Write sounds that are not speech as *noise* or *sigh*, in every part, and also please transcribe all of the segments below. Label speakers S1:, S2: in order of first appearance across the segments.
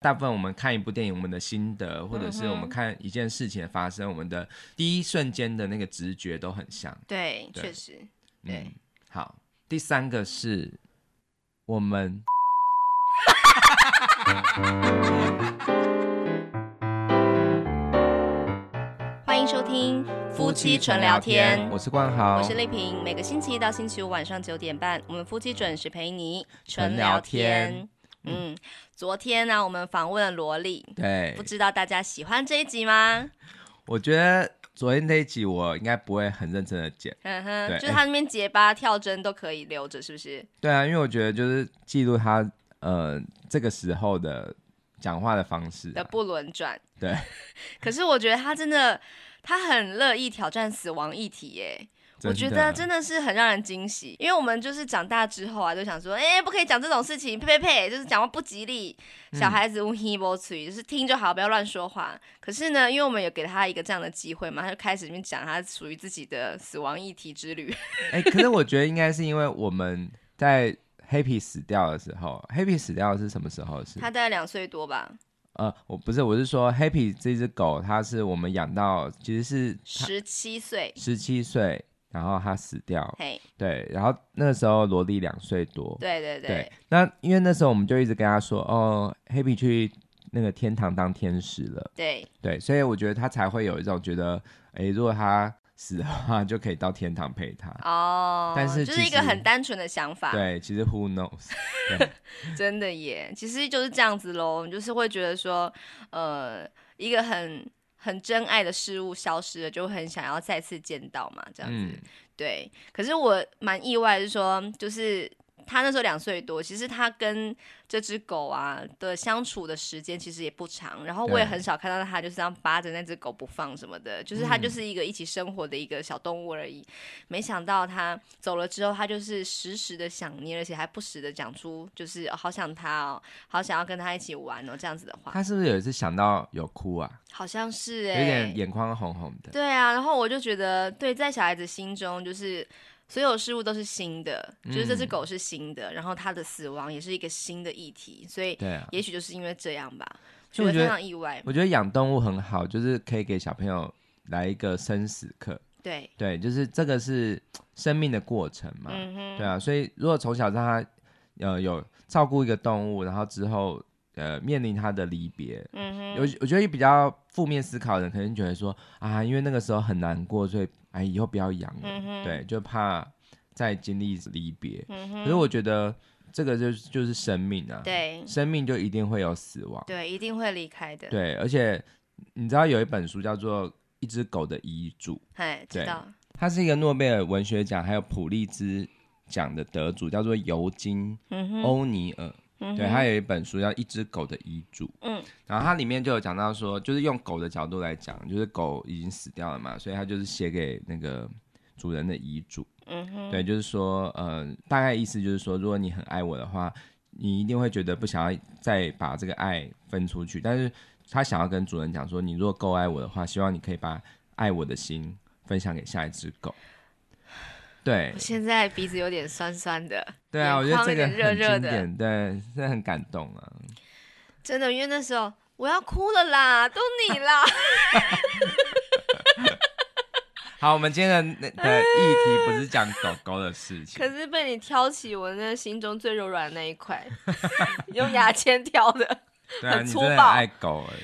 S1: 大部分我们看一部电影，我们的心得，
S2: 嗯
S1: 或者是我们看一件事情的发生，我们的第一瞬间的那个直觉都很像。
S2: 对，
S1: 对
S2: 确实，对
S1: 嗯，好，第三个是我们
S2: 欢迎收听夫妻纯聊天。
S1: 我是冠豪，
S2: 我是丽萍，每个星期一到星期五晚上九点半，我们夫妻准时陪你
S1: 纯
S2: 纯
S1: 聊
S2: 聊
S1: 天
S2: 天。嗯，昨天呢、我们访问了萝莉，
S1: 对
S2: 不，知道大家喜欢这一集吗？
S1: 我觉得昨天那一集我应该不会很认真的剪，
S2: 嗯
S1: 对
S2: 哼，就是他那边结巴、跳针都可以留着，是不是？
S1: 对啊，因为我觉得就是记录他呃这个时候的讲话的方式啊、
S2: 的不轮转。
S1: 对，
S2: *laughs* 可是我觉得他真的，他很乐意挑战死亡议题耶。我觉得真的是很让人惊喜，因为我们就是长大之后啊，就想说，哎、不可以讲这种事情，呸呸呸，就是讲话不吉利。
S1: 嗯
S2: 小孩子无黑无嘴，就是听就好，不要乱说话。可是呢，因为我们有给他一个这样的机会嘛，他就开始面讲他属于自己的死亡议题之旅。
S1: 哎、可是我觉得应该是因为我们在 Happy 死掉的时候，Happy 死掉是什么时候？是
S2: 他大概两岁多吧，
S1: 呃，我不是，我是说 Happy 这只狗，它是我们养到其实是
S2: 十七岁，
S1: 十七岁，然后它死掉，
S2: 嘿，
S1: 对，然后那个时候萝莉两岁多，
S2: 对对对，
S1: 对，那因为那时候我们就一直跟他说，哦，Happy 去那个天堂当天使了，
S2: 对
S1: 对，所以我觉得他才会有一种觉得，哎，如果他死的话，就可以到天堂陪他。
S2: 哦，
S1: 但是
S2: 就是
S1: 其
S2: 一个
S1: 实
S2: 很单纯的想法，
S1: 对，其实 Who knows？
S2: 真的耶，其实就是这样子喽，你就是会觉得说，呃，一个很很真爱的事物消失了，就会很想要再次见到嘛，这样子。
S1: 嗯，
S2: 对，可是我蛮意外，是说，就是他那时候两岁多，其实他跟这只狗啊的相处的时间其实也不长，然后我也
S1: 对
S2: 很少看到他就是这样扒着那只狗不放什么的，就是它
S1: 嗯
S2: 就是一个一起生活的一个小动物而已。没想到他走了之后，他就是时时的想念，而且还不时的讲出就是、哦好想他哦，好想要跟他一起玩哦这样子的话，
S1: 他是不是有一次想到有哭啊？
S2: 好像是
S1: 有
S2: 哎、
S1: 点眼眶红红的。
S2: 对啊，然后我就觉得，对，在小孩子心中，就是所有事物都是新的，就是这只
S1: 嗯
S2: 狗是新的，然后它的死亡也是一个新的议题，所以
S1: 对啊，
S2: 也许就是因为这样吧，
S1: 所以我
S2: 觉
S1: 觉
S2: 得
S1: 得
S2: 非常意外。
S1: 我觉得养动物很好，就是可以给小朋友来一个生死课。
S2: 对，
S1: 对，就是这个是生命的过程嘛。
S2: 嗯哼，
S1: 对啊，所以如果从小让他呃有照顾一个动物，然后之后呃面临他的离别，
S2: 嗯哼，
S1: 有我觉得比较负面思考的人，可能觉得说啊，因为那个时候很难过，所以哎以后不要养了，
S2: 嗯哼
S1: 对，就怕再经历离别。
S2: 嗯
S1: 可是
S2: 哼，
S1: 我觉得这个就是就是生命啊，，
S2: 对
S1: 生命就一定会有死亡，
S2: 对，一定会离开的。
S1: 对，而且你知道有一本书叫做《一只狗的遗嘱》，
S2: 哎，
S1: 对
S2: 知道，
S1: 它是一个诺贝尔文学奖还有普利兹奖的得主，叫做尤金
S2: 嗯
S1: ·
S2: 哼，
S1: 欧尼尔。
S2: 嗯
S1: 哦对，
S2: 哼
S1: 他有一本书叫《一只狗的遗嘱》，
S2: 嗯，
S1: 然后它里面就有讲到说，就是用狗的角度来讲，就是狗已经死掉了嘛，所以它就是写给那个主人的遗嘱。
S2: 嗯哼，
S1: 对，就是说，呃，大概意思就是说，如果你很爱我的话，你一定会觉得不想要再把这个爱分出去。但是他想要跟主人讲说，你如果够爱我的话，希望你可以把爱我的心分享给下一只狗。对
S2: 我，现在鼻子有点酸酸的。
S1: 对啊，我觉
S2: 眼
S1: 得这
S2: 眶有
S1: 个
S2: 点热
S1: 很
S2: 热
S1: 经
S2: 的
S1: 典，对，真的很感动啊。
S2: 真的，因为那时候我要哭了啦，都你啦。
S1: 好，我们今天的那的议题不是讲狗狗的事情
S2: 可，是被你挑起我那心中最柔软的那一块， *laughs* 用牙签挑的
S1: 对啊，
S2: 很
S1: 你
S2: 粗
S1: 真的很
S2: 暴
S1: 爱狗哎、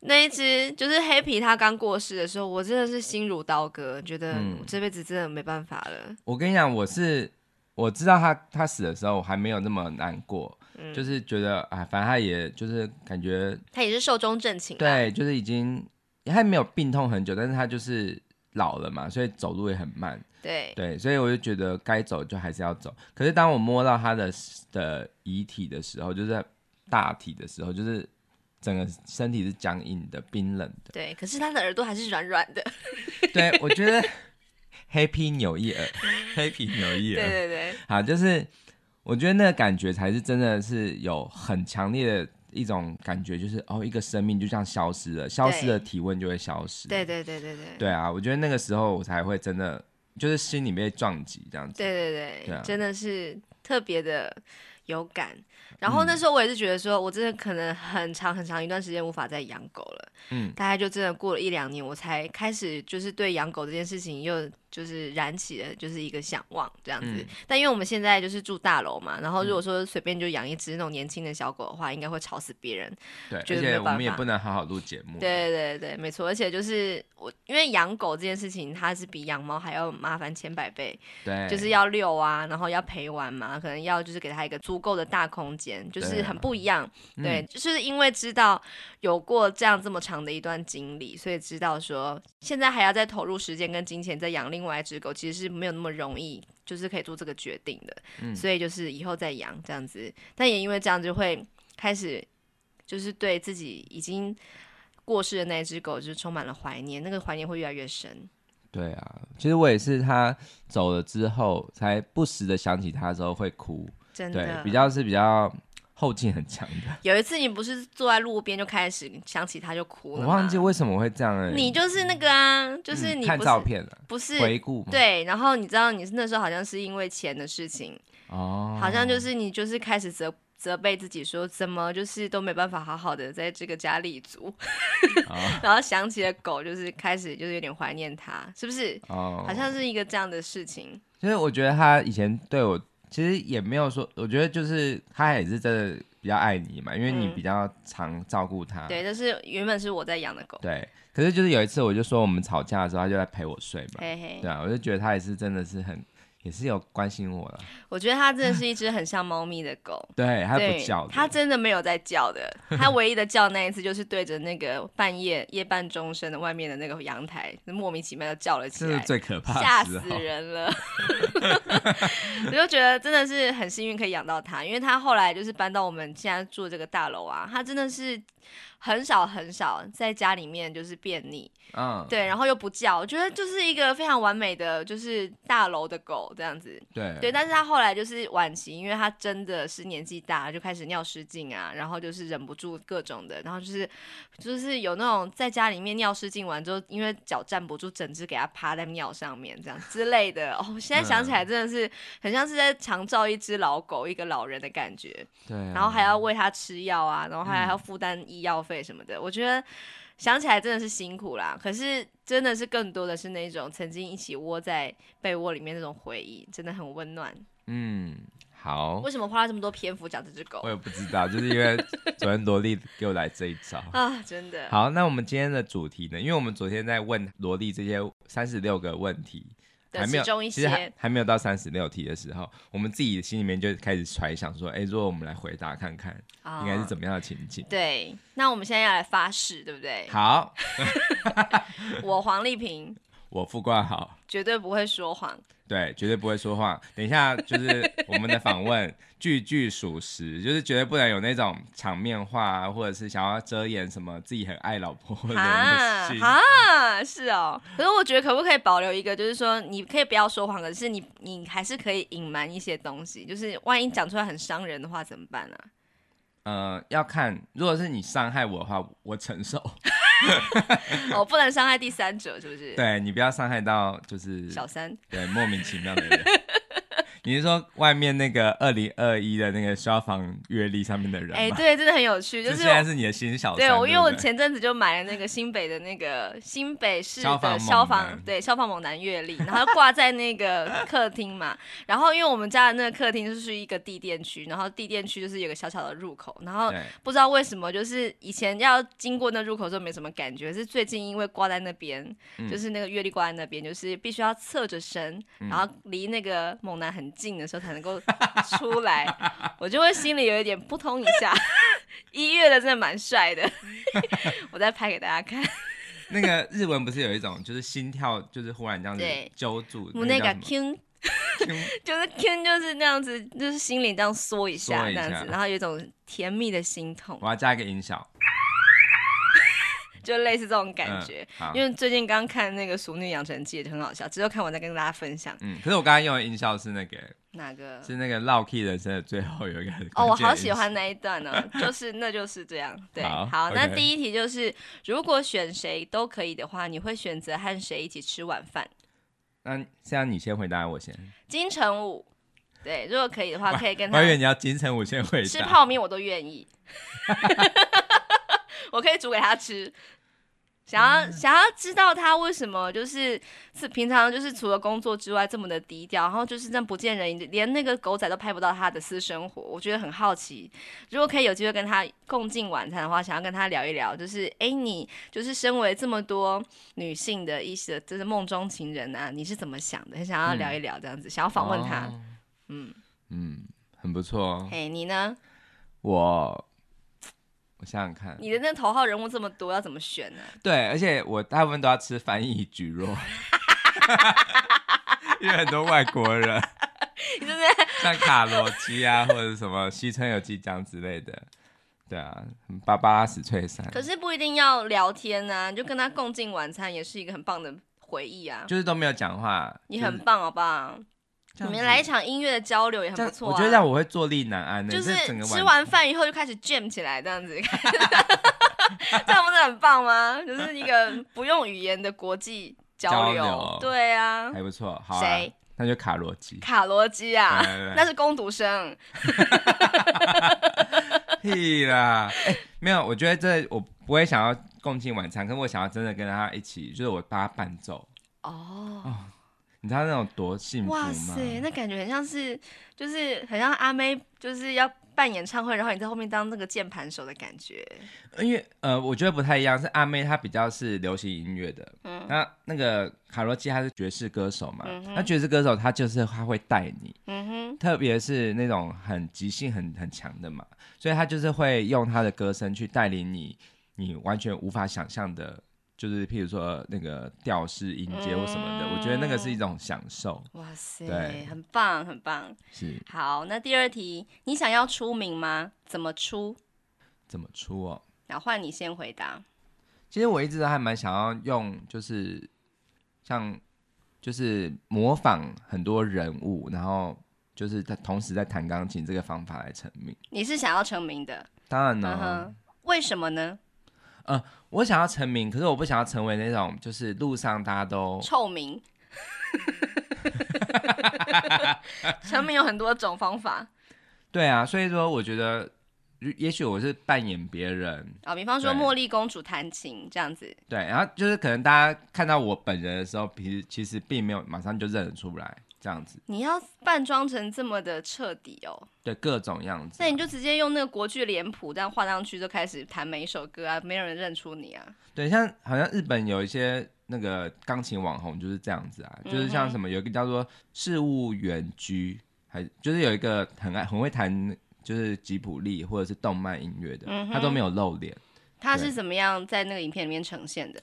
S2: 那一只，就是黑皮。它刚过世的时候，我真的是心如刀割，觉得
S1: 嗯
S2: 我这辈子真的没办法了。
S1: 我跟你讲，我是我知道他他死的时候，我还没有那么难过，
S2: 嗯
S1: 就是觉得啊，反正他也就是感觉
S2: 它也是寿终正寝啦，啊
S1: 对，就是已经他没有病痛很久，但是他就是老了嘛，所以走路也很慢，
S2: 对
S1: 对，所以我就觉得该走就还是要走。可是当我摸到他的的遗体的时候，就是大体的时候，就是整个身体是僵硬的、冰冷的。
S2: 对。可是它的耳朵还是软软的，
S1: 对，我觉得 *laughs* 黑皮扭一
S2: *laughs*
S1: 耳，黑皮扭一
S2: 对
S1: 耳，
S2: 对对，
S1: 好，就是我觉得那个感觉才是真的是有很强烈的一种感觉，就是哦，一个生命就这样消失了，消失的体温就会消失。
S2: 对对对对对。
S1: 对啊，我觉得那个时候我才会真的就是心里被撞击这样子。
S2: 对对对，
S1: 对啊
S2: 真的是特别的有感。
S1: 嗯
S2: 然后那时候我也是觉得说，我真的可能很长很长一段时间无法再养狗了。
S1: 嗯，
S2: 大概就真的过了一两年，我才开始就是对养狗这件事情又就是燃起了就是一个向往这样子。
S1: 嗯
S2: 但因为我们现在就是住大楼嘛，然后如果说随便就养一只那种年轻的小狗的话，应该会吵死别人。
S1: 对，而
S2: 觉得没
S1: 且
S2: 有
S1: 我
S2: 办
S1: 们也
S2: 法
S1: 不能好好录节目。
S2: 对对对，没错。而且就是我因为养狗这件事情，它是比养猫还要麻烦千百倍。
S1: 对，
S2: 就是要遛啊，然后要陪玩嘛，可能要就是给他一个足够的大空间，就
S1: 对
S2: 是
S1: 啊
S2: 很不一样。
S1: 嗯
S2: 对，就是因为知道有过这样这么长的一段经历，所以知道说现在还要再投入时间跟金钱再养另外一只狗，其实是没有那么容易，就是可以做这个决定的。
S1: 嗯
S2: 所以就是以后再养这样子，但也因为这样就会开始就是对自己已经过世的那只狗就是充满了怀念，那个怀念会越来越深。
S1: 对啊，其实我也是他走了之后，才不时的想起他的时候会哭，
S2: 真
S1: 对
S2: 的，，
S1: 比较是比较后劲很强的。
S2: 有一次你不是坐在路边就开始想起他就哭了
S1: 我
S2: 吗
S1: 忘记为什么会这样了、
S2: 你就是那个啊，就是
S1: 嗯
S2: 你不是、
S1: 看照片了、
S2: 不
S1: 回嗯
S2: 是
S1: 顾嘛，
S2: 对，然后你知道你是那时候好像是因为钱的事情，
S1: 哦，
S2: 好像就是你就是开始责责备自己说怎么就是都没办法好好的在这个家立足，
S1: *laughs* 哦
S2: 然后想起了狗，就是开始就是有点怀念它，是不是？
S1: 哦
S2: 好像是一个这样的事情，
S1: 其实我觉得他以前对我，其实也没有说，我觉得就是他也是真的比较爱你嘛，因为你
S2: 嗯
S1: 比较常照顾他。
S2: 对，就是原本是我在养的狗，
S1: 啊对可是就是有一次，我就说我们吵架的时候，他就来陪我睡嘛。
S2: 嘿嘿
S1: 对，啊，我就觉得他也是真的是很，也是有关心我了。
S2: 我觉得
S1: *laughs*
S2: 它真的是一只很像猫咪的狗，
S1: 对，他
S2: 对，
S1: 不叫的，
S2: 他真的没有在叫的。他唯一的叫那一次，就是对着那个半夜夜半钟声的外面的那个阳台，莫名其妙就叫了起
S1: 这是
S2: 来，
S1: 最可怕
S2: 吓
S1: 的时
S2: 死
S1: 候。
S2: 人了。 *laughs* 我就觉得真的是很幸运可以养到它，因为它后来就是搬到我们现在住的这个大楼啊，它真的是很少很少在家里面就是便溺，
S1: 嗯，
S2: 对，然后又不叫，我觉得就是一个非常完美的就是大楼的狗这样子。
S1: 对
S2: 对，但是他后来就是晚期，因为他真的是年纪大了，就开始尿失禁啊，然后就是忍不住各种的，然后就是就是有那种在家里面尿失禁完之后，因为脚站不住，整只给他趴在尿上面这样之类的。哦，我现在想起来真的是很像是在长照一只老狗，一个老人的感觉，
S1: 对啊，
S2: 然后还要喂他吃药啊，然后还
S1: 嗯
S2: 要负担医药费什么的，我觉得。想起来真的是辛苦啦，可是真的是更多的是那种曾经一起窝在被窝里面那种回忆，真的很温暖。
S1: 嗯，好，
S2: 为什么花了这么多篇幅讲这只狗
S1: 我也不知道，就是因为 *laughs* 昨天萝莉给我来这一招。
S2: 啊？真的，
S1: 好，那我们今天的主题呢？因为我们昨天在问萝莉这些三十六个问题，
S2: 的
S1: 还没
S2: 其
S1: 有，
S2: 中一
S1: 其实还
S2: 些，
S1: 还没有到三十六题的时候，我们自己心里面就开始揣想说，哎、如果我们来回答看看，
S2: 啊
S1: 应该是怎么样的情景？
S2: 对，那我们现在要来发誓，对不对？
S1: 好，
S2: 我黄丽萍
S1: 我副冠好，
S2: 绝对不会说谎，
S1: 对，绝对不会说话。等一下就是我们的访问，句句属实，就是绝对不能有那种场面话啊，或者是想要遮掩什么自己很爱老婆 *laughs* 或者
S2: 啊
S1: 什么
S2: 啊，是哦。可是我觉得可不可以保留一个，就是说你可以不要说谎，可是你你还是可以隐瞒一些东西，就是万一讲出来很伤人的话怎么
S1: *laughs*
S2: 办呢、啊？
S1: 呃，要看，如果是你伤害我的话，我承受。
S2: 哦，不能伤害第三者，是不是？
S1: 对你不要伤害到就是
S2: 小三，
S1: 对莫名其妙的人。你是说外面那个二零二一的那个消防阅历上面的人吗？
S2: 哎、对，真的很有趣，就
S1: 这
S2: 是
S1: 现在是你的新小三。
S2: 对，我因为我
S1: 不对
S2: 前阵子就买了那个新北的那个新北市
S1: 消防
S2: 的
S1: 猛
S2: 消防
S1: 男
S2: 对消防猛男月历，然后挂在那个客厅嘛。 *laughs* 然后因为我们家的那个客厅就是一个地垫区，然后地垫区就是有个小小的入口，然后
S1: 对
S2: 不知道为什么就是以前要经过那入口的时候没什么感觉，是最近因为挂在那边，
S1: 嗯
S2: 就是那个月历挂在那边，就是必须要侧着身，然后离那个猛男很近的时候才能够出
S1: *laughs*
S2: 来，我就会心里有一点扑通一下。 *laughs* 一月的真的蛮
S1: *laughs*
S2: 帅的，我再拍给大家看。
S1: 那个日文不是有一种就是心跳就是忽然这样子
S2: 对
S1: 揪住，
S2: 我
S1: 那
S2: 那
S1: 个叫
S2: 个
S1: 什
S2: Q
S1: 么
S2: *laughs* 就是 Q 就是那样子，就是心里这样缩一下，
S1: 缩一
S2: 这
S1: 下
S2: 样子，然后有一种甜蜜的心痛
S1: 我，要加一个音效，
S2: 就类似这种感
S1: 嗯
S2: 觉。
S1: 好
S2: 因。为最近刚看那个《熟女养成记》，很好笑，之后看完再跟大家分享
S1: 嗯，可是我刚刚用的音效是那个，
S2: 哪个。
S1: 是那个《Low Key 人生》的最后有一个很
S2: 哦，
S1: 关
S2: 我
S1: 键的
S2: 好
S1: 音
S2: 喜欢那一
S1: *laughs*
S2: 段呢、就是那就是这样，对，
S1: 好
S2: 那
S1: OK
S2: 第一题就是，如果选谁都可以的话，你会选择和谁一起吃晚饭？
S1: 那现在你先回答，我先。
S2: 金城武、对，如果可以的话，可以跟
S1: 我
S2: 他
S1: 还以为你要金城武先回
S2: 吃
S1: 答。
S2: 泡面，我都愿意。 *laughs* 我可以煮给他吃。想要想要知道他为什么就是是平常就是除了工作之外这么的低调，然后就是这样不见人影，连那个狗仔都拍不到他的私生活，我觉得很好奇。如果可以有机会跟他共进晚餐的话，想要跟他聊一聊，就是哎、诶你就是身为这么多女性的一些就是梦中情人啊，你是怎么想的？很想要聊一聊这样子，想要访问他。
S1: 哦
S2: 嗯，
S1: 嗯，很不错哦。
S2: 嘿，你呢？
S1: 我我想想看，
S2: 你的那头号人物这么多，要怎么选呢、
S1: 对，而且我大部分都要吃翻译菊若， *laughs* 因为很多外国人，
S2: *laughs* 你真的
S1: 像卡罗基啊，或者什么西村有纪江之类的，对啊，芭芭拉史翠珊，
S2: 可是不一定要聊天啊，你就跟他共进晚餐，也是一个很棒的回忆啊。
S1: 就是都没有讲话，
S2: 你
S1: 就
S2: 很
S1: 是
S2: 棒，好不好？
S1: 这
S2: 你
S1: 样
S2: 们
S1: 子
S2: 来一场音乐的交流也
S1: 这
S2: 很
S1: 样
S2: 不错、啊。
S1: 我觉得让我会坐立难安的、
S2: 就
S1: 这整个
S2: 是吃
S1: 晚
S2: 完饭以后就开始 jam 起来，这样子， *laughs* 这样不是很棒吗？就是一个不用语言的国际交
S1: 交流
S2: 对啊，
S1: 还不错，好、啊，
S2: 谁？
S1: 那就卡罗基，
S2: 卡罗基啊，
S1: 来来来
S2: *laughs* 那是攻读生。
S1: *laughs* 屁啦！哎、没有，我觉得这我不会想要共进晚餐，可是我想要真的跟他一起，就是我帮他伴奏，
S2: 哦，
S1: 你知道那种多幸嗯福吗？
S2: 哇塞，那感觉很像是，就是很像阿妹，就是要办演唱会，然后你在后面当那个键盘手的感觉。
S1: 因为呃，我觉得不太一样，是阿妹她比较是流行音乐的，
S2: 嗯
S1: 那那个卡罗基她是爵士歌手嘛，
S2: 嗯哼
S1: 那爵士歌手她就是她会带你，
S2: 嗯哼，
S1: 特别是那种很即兴很很强的嘛，所以她就是会用她的歌声去带领你，你完全无法想象的。就是譬如说那个调式、音阶或什么的，
S2: 嗯
S1: 我觉得那个是一种享受。
S2: 哇塞
S1: 对，
S2: 很棒，很棒。
S1: 是
S2: 好，那第二题，你想要出名吗？怎么出？
S1: 怎么出哦？
S2: 然后换你先回答。
S1: 其实我一直都还蛮想要用，就是像就是模仿很多人物，然后就是他同时在弹钢琴这个方法来成名。
S2: 你是想要成名的，
S1: 当然
S2: 嗯
S1: 呢
S2: 哼，为什么呢？
S1: 我想要成名，可是我不想要成为那种就是路上大家都
S2: 臭名。 *laughs* 成名有很多种方法
S1: 对啊，所以说我觉得。也许我是扮演别人，
S2: 啊、比方说
S1: 对
S2: 茉莉公主弹琴这样子，
S1: 对，然后就是可能大家看到我本人的时候，其实其实并没有马上就认得出来，这样子，
S2: 你要扮装成这么的彻底哦，
S1: 对各种样子。
S2: 那你就直接用那个国剧脸谱这样画上去，就开始弹每一首歌啊，没有人认出你啊。
S1: 对，像好像日本有一些那个钢琴网红就是这样子啊，就是像
S2: 嗯
S1: 什么有一个叫做事务员居，还就是有一个很爱很会弹就是吉普力或者是动漫音乐的，
S2: 嗯哼
S1: 他都没有露脸，
S2: 他
S1: 对
S2: 是怎么样在那个影片里面呈现的？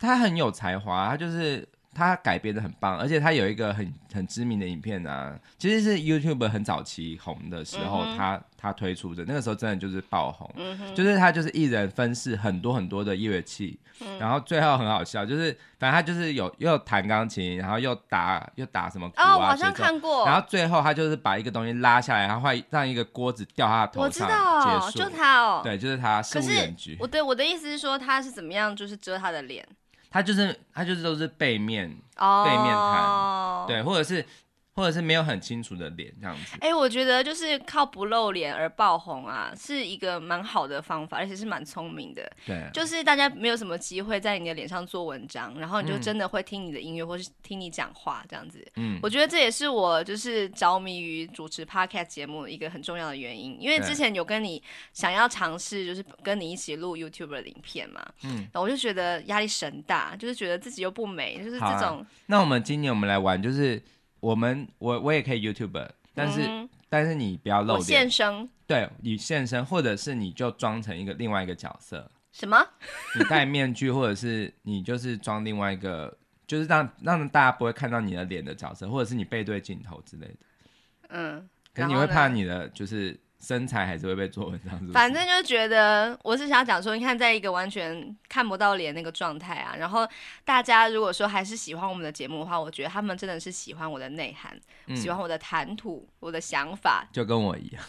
S1: 他很有才华，他就是。他改编的很棒，而且他有一个很很知名的影片啊，其实是 YouTube 很早期红的时候，
S2: 嗯哼
S1: 他他推出的，那个时候真的就是爆红，
S2: 嗯哼，
S1: 就是他就是一人分饰很多很多的乐器，
S2: 嗯
S1: 然后最后很好笑，就是反正他就是有又弹钢琴，然后又打又打什么鼓啊，
S2: 哦，我好像
S1: 节奏
S2: 看过，
S1: 然后最后他就是把一个东西拉下来，然后会让一个锅子掉他的
S2: 我
S1: 头
S2: 知道，
S1: 上结
S2: 就
S1: 束。
S2: 他哦。，
S1: 对，就是他事
S2: 可
S1: 务
S2: 是
S1: 员局，
S2: 我对我的意思是说，他是怎么样，就是遮他的脸
S1: 他就是他就是都是背面，
S2: 哦，
S1: 背面弹。对，或者是或者是没有很清楚的脸这样
S2: *laughs*
S1: 子。
S2: 哎、我觉得就是靠不露脸而爆红啊，是一个蛮好的方法，而且是蛮聪明的。
S1: 对，
S2: 就是大家没有什么机会在你的脸上做文章，然后你就
S1: 嗯
S2: 真的会听你的音乐，或是听你讲话这样子。
S1: 嗯，
S2: 我觉得这也是我就是着迷于主持 podcast 节目一个很重要的原因，因为
S1: 对
S2: 之前有跟你想要尝试，就是跟你一起录 YouTube 的影片嘛，
S1: 嗯
S2: 然后我就觉得压力神大，就是觉得自己又不美，就是
S1: 好啊
S2: 这种，
S1: 那我们今年我们来玩，就是我们我我也可以 YouTube，但是、
S2: 嗯
S1: 但是你不要露
S2: 我
S1: 脸
S2: 现，身
S1: 对你现身，或者是你就装成一个另外一个角色，
S2: 什么？
S1: 你戴面具，或者是你就是装另外一个，就是让让大家不会看到你的脸的角色，或者是你背对镜头之类的。
S2: 嗯，
S1: 可是
S2: 然
S1: 你
S2: 后
S1: 会
S2: 呢
S1: 怕你的就是身材还是会被做文章，是不是？
S2: 反正就是觉得，我是想讲说，你看，在一个完全看不到脸那个状态啊，然后大家如果说还是喜欢我们的节目的话，我觉得他们真的是喜欢我的内涵，
S1: 嗯
S2: 喜欢我的谈吐，我的想法，
S1: 就跟我一样，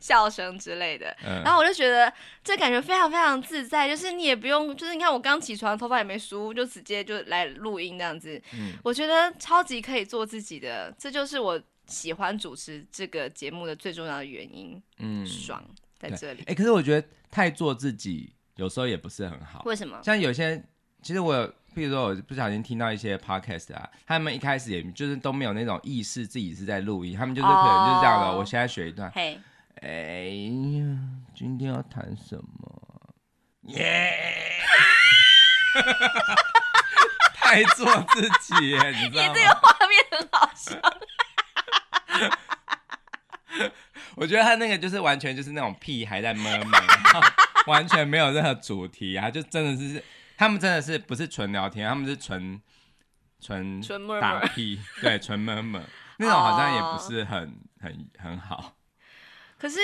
S2: 笑声之类的。
S1: 嗯
S2: 然后我就觉得这感觉非常非常自在，就是你也不用，就是你看我刚起床，头发也没梳，就直接就来录音这样子。
S1: 嗯
S2: 我觉得超级可以做自己的，这就是我喜欢主持这个节目的最重要的原因，
S1: 嗯，
S2: 爽在
S1: 对
S2: 这里。
S1: 哎、可是我觉得太做自己有时候也不是很好。
S2: 为什么？
S1: 像有些，其实我有，譬如说我不小心听到一些 podcast 啊，他们一开始也就是都没有那种意识自己是在录音，他们就是可能就是这样的。
S2: 哦
S1: 我现在学一段，
S2: 嘿，
S1: 哎、呀，今天要谈什么？耶、 *laughs* 太做自己耶，你知
S2: *laughs* 你
S1: 道
S2: 这个
S1: 吗？
S2: 画面很好笑。
S1: 我觉得他那个就是完全就是那种屁还在闷闷，然后完全没有任何主题啊，就真的是他们真的是不是纯聊天，他们是纯纯
S2: 纯 murmur
S1: 打屁，对，纯闷闷那种好像也
S2: 哦
S1: 不是很很很好。
S2: 可是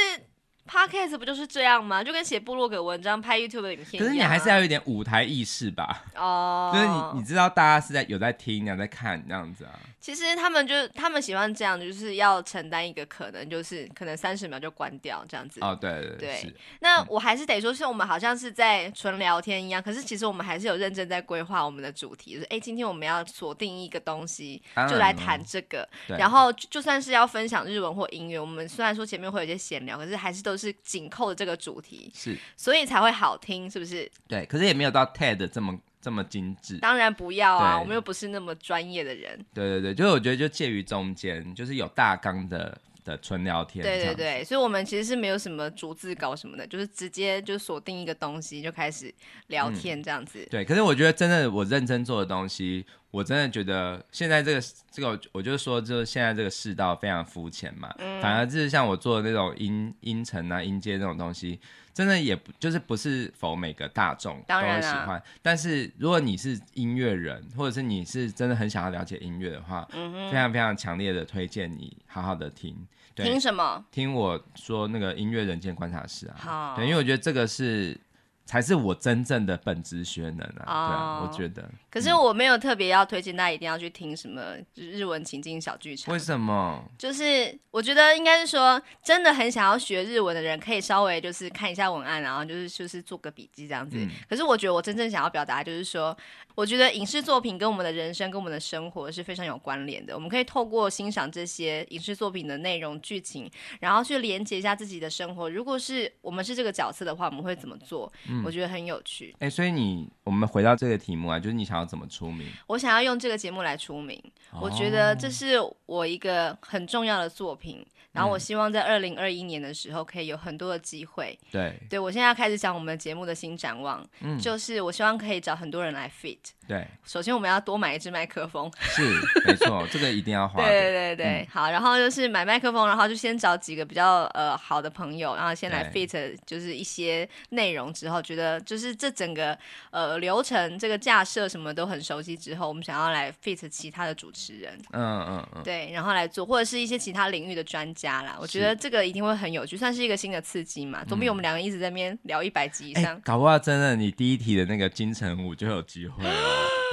S2: podcast 不就是这样吗？就跟写部落格文章、拍 YouTube 的影片
S1: 可
S2: 一样啊
S1: 是你还是要有一点舞台意识吧，
S2: 哦，
S1: 就是你你知道大家是在有在听，有在看这样子啊。
S2: 其实他们就他们喜欢这样，就是要承担一个可能，就是可能三十秒就关掉这样子。
S1: 哦，嗯对对
S2: 对
S1: 是
S2: 那我还是得说，是我们好像是在纯聊天一样，可是其实我们还是有认真在规划我们的主题，就是哎，诶今天我们要锁定一个东西，
S1: 当然
S2: 就来
S1: 了
S2: 谈这个。
S1: 对
S2: 然后就就算是要分享日文或音乐，我们虽然说前面会有一些闲聊，可是还是都是紧扣着这个主题，
S1: 是，
S2: 所以才会好听，是不是？
S1: 对，可是也没有到 TED 这么这么精致。
S2: 当然不要啊，
S1: 对
S2: 我们又不是那么专业的人。
S1: 对对对，就是我觉得就介于中间，就是有大纲的的纯聊天。这
S2: 对对
S1: 样子
S2: 对，所以我们其实是没有什么逐字稿什么的，就是直接就锁定一个东西就开始
S1: 嗯
S2: 聊天这样子。
S1: 对，可是我觉得真的，我认真做的东西，我真的觉得现在这个这个，我就说，就是现在这个世道非常肤浅嘛，
S2: 嗯
S1: 反而就是像我做的那种音音程啊、音阶那种东西，真的也不就是不是否每个大众都
S2: 当然
S1: 会
S2: 啊
S1: 喜欢，但是如果你是音乐人，或者是你是真的很想要了解音乐的话，
S2: 嗯
S1: 非常非常强烈的推荐你好好的听，对，
S2: 听什么？
S1: 听我说那个音乐人间观察室啊
S2: 好，
S1: 对，因为我觉得这个是才是我真正的本职学能啊，对啊，
S2: 哦
S1: 我觉得
S2: 可是我没有特别要推荐大家一定要去听什么日文情境小剧场
S1: 为，什么？
S2: 就是我觉得应该是说，真的很想要学日文的人，可以稍微就是看一下文案，然后就是就是做个笔记这样子。
S1: 嗯
S2: 可是我觉得我真正想要表达就是说，我觉得影视作品跟我们的人生跟我们的生活是非常有关联的。我们可以透过欣赏这些影视作品的内容剧情，然后去连接一下自己的生活。如果是我们是这个角色的话，我们会怎么做？我觉得很有趣。
S1: 哎、所以你我们回到这个题目啊，就是你想要怎么出名？哦
S2: 我想要用这个节目来出名，我觉得这是我一个很重要的作品。
S1: 嗯
S2: 然后我希望在二零二一年的时候，可以有很多的机会。
S1: 对
S2: 对我现在要开始讲我们节目的新展望，
S1: 嗯
S2: 就是我希望可以找很多人来 fit。
S1: 对，
S2: 首先，我们要多买一支麦克风，
S1: 是 *laughs* 没错，这个一定要花
S2: 对
S1: 的。嗯
S2: 对对对，好。然后就是买麦克风，然后就先找几个比较呃好的朋友，然后先来
S1: 对
S2: fit 就是一些内容之后，觉得就是这整个呃流程、这个架设什么都很熟悉之后，我们想要来 fit 其他的主持人。
S1: 嗯嗯嗯，
S2: 对，然后来做，或者是一些其他领域的专家啦。我觉
S1: 是嗯
S2: 得这个一定会很有趣，算是一个新的刺激嘛，总比我们两个一直在那边聊一百集以
S1: 哎、
S2: 上。
S1: 搞不好真的你第一题的那个金城武就有机会
S2: *gasps*
S1: 哦。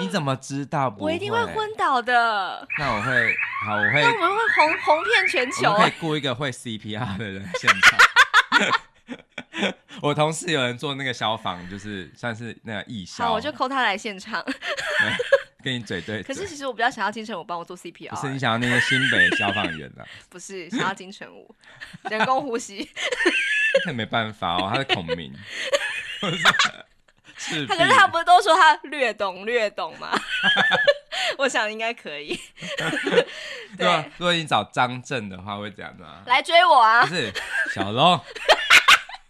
S1: 你怎么知道不？
S2: 我一定会。昏倒的，
S1: 那我会好，我会
S2: 那我们会红红遍全球
S1: 我们可以
S2: 哎
S1: 雇一个会 CPR 的人来现场。 *laughs* 我同事有人做那个消防，就是算是那个义消，
S2: 好，我就扣他来现场。
S1: 跟你嘴对
S2: 可
S1: 嘴。
S2: 是其实我比较想要金城武帮我做
S1: 不是
S2: CPR，
S1: 你
S2: 哎
S1: 想要那个新北消防员啊，
S2: 不是想要金城武人工
S1: *laughs*
S2: 呼吸，
S1: 那没办法
S2: *laughs*
S1: 哦，他是孔明，是
S2: 他可是他不是都说他略懂略懂吗？ *laughs* 我想应该可以
S1: 对啊，如果你找张震的话，会怎样呢？
S2: 来追我啊
S1: 不！是小龙，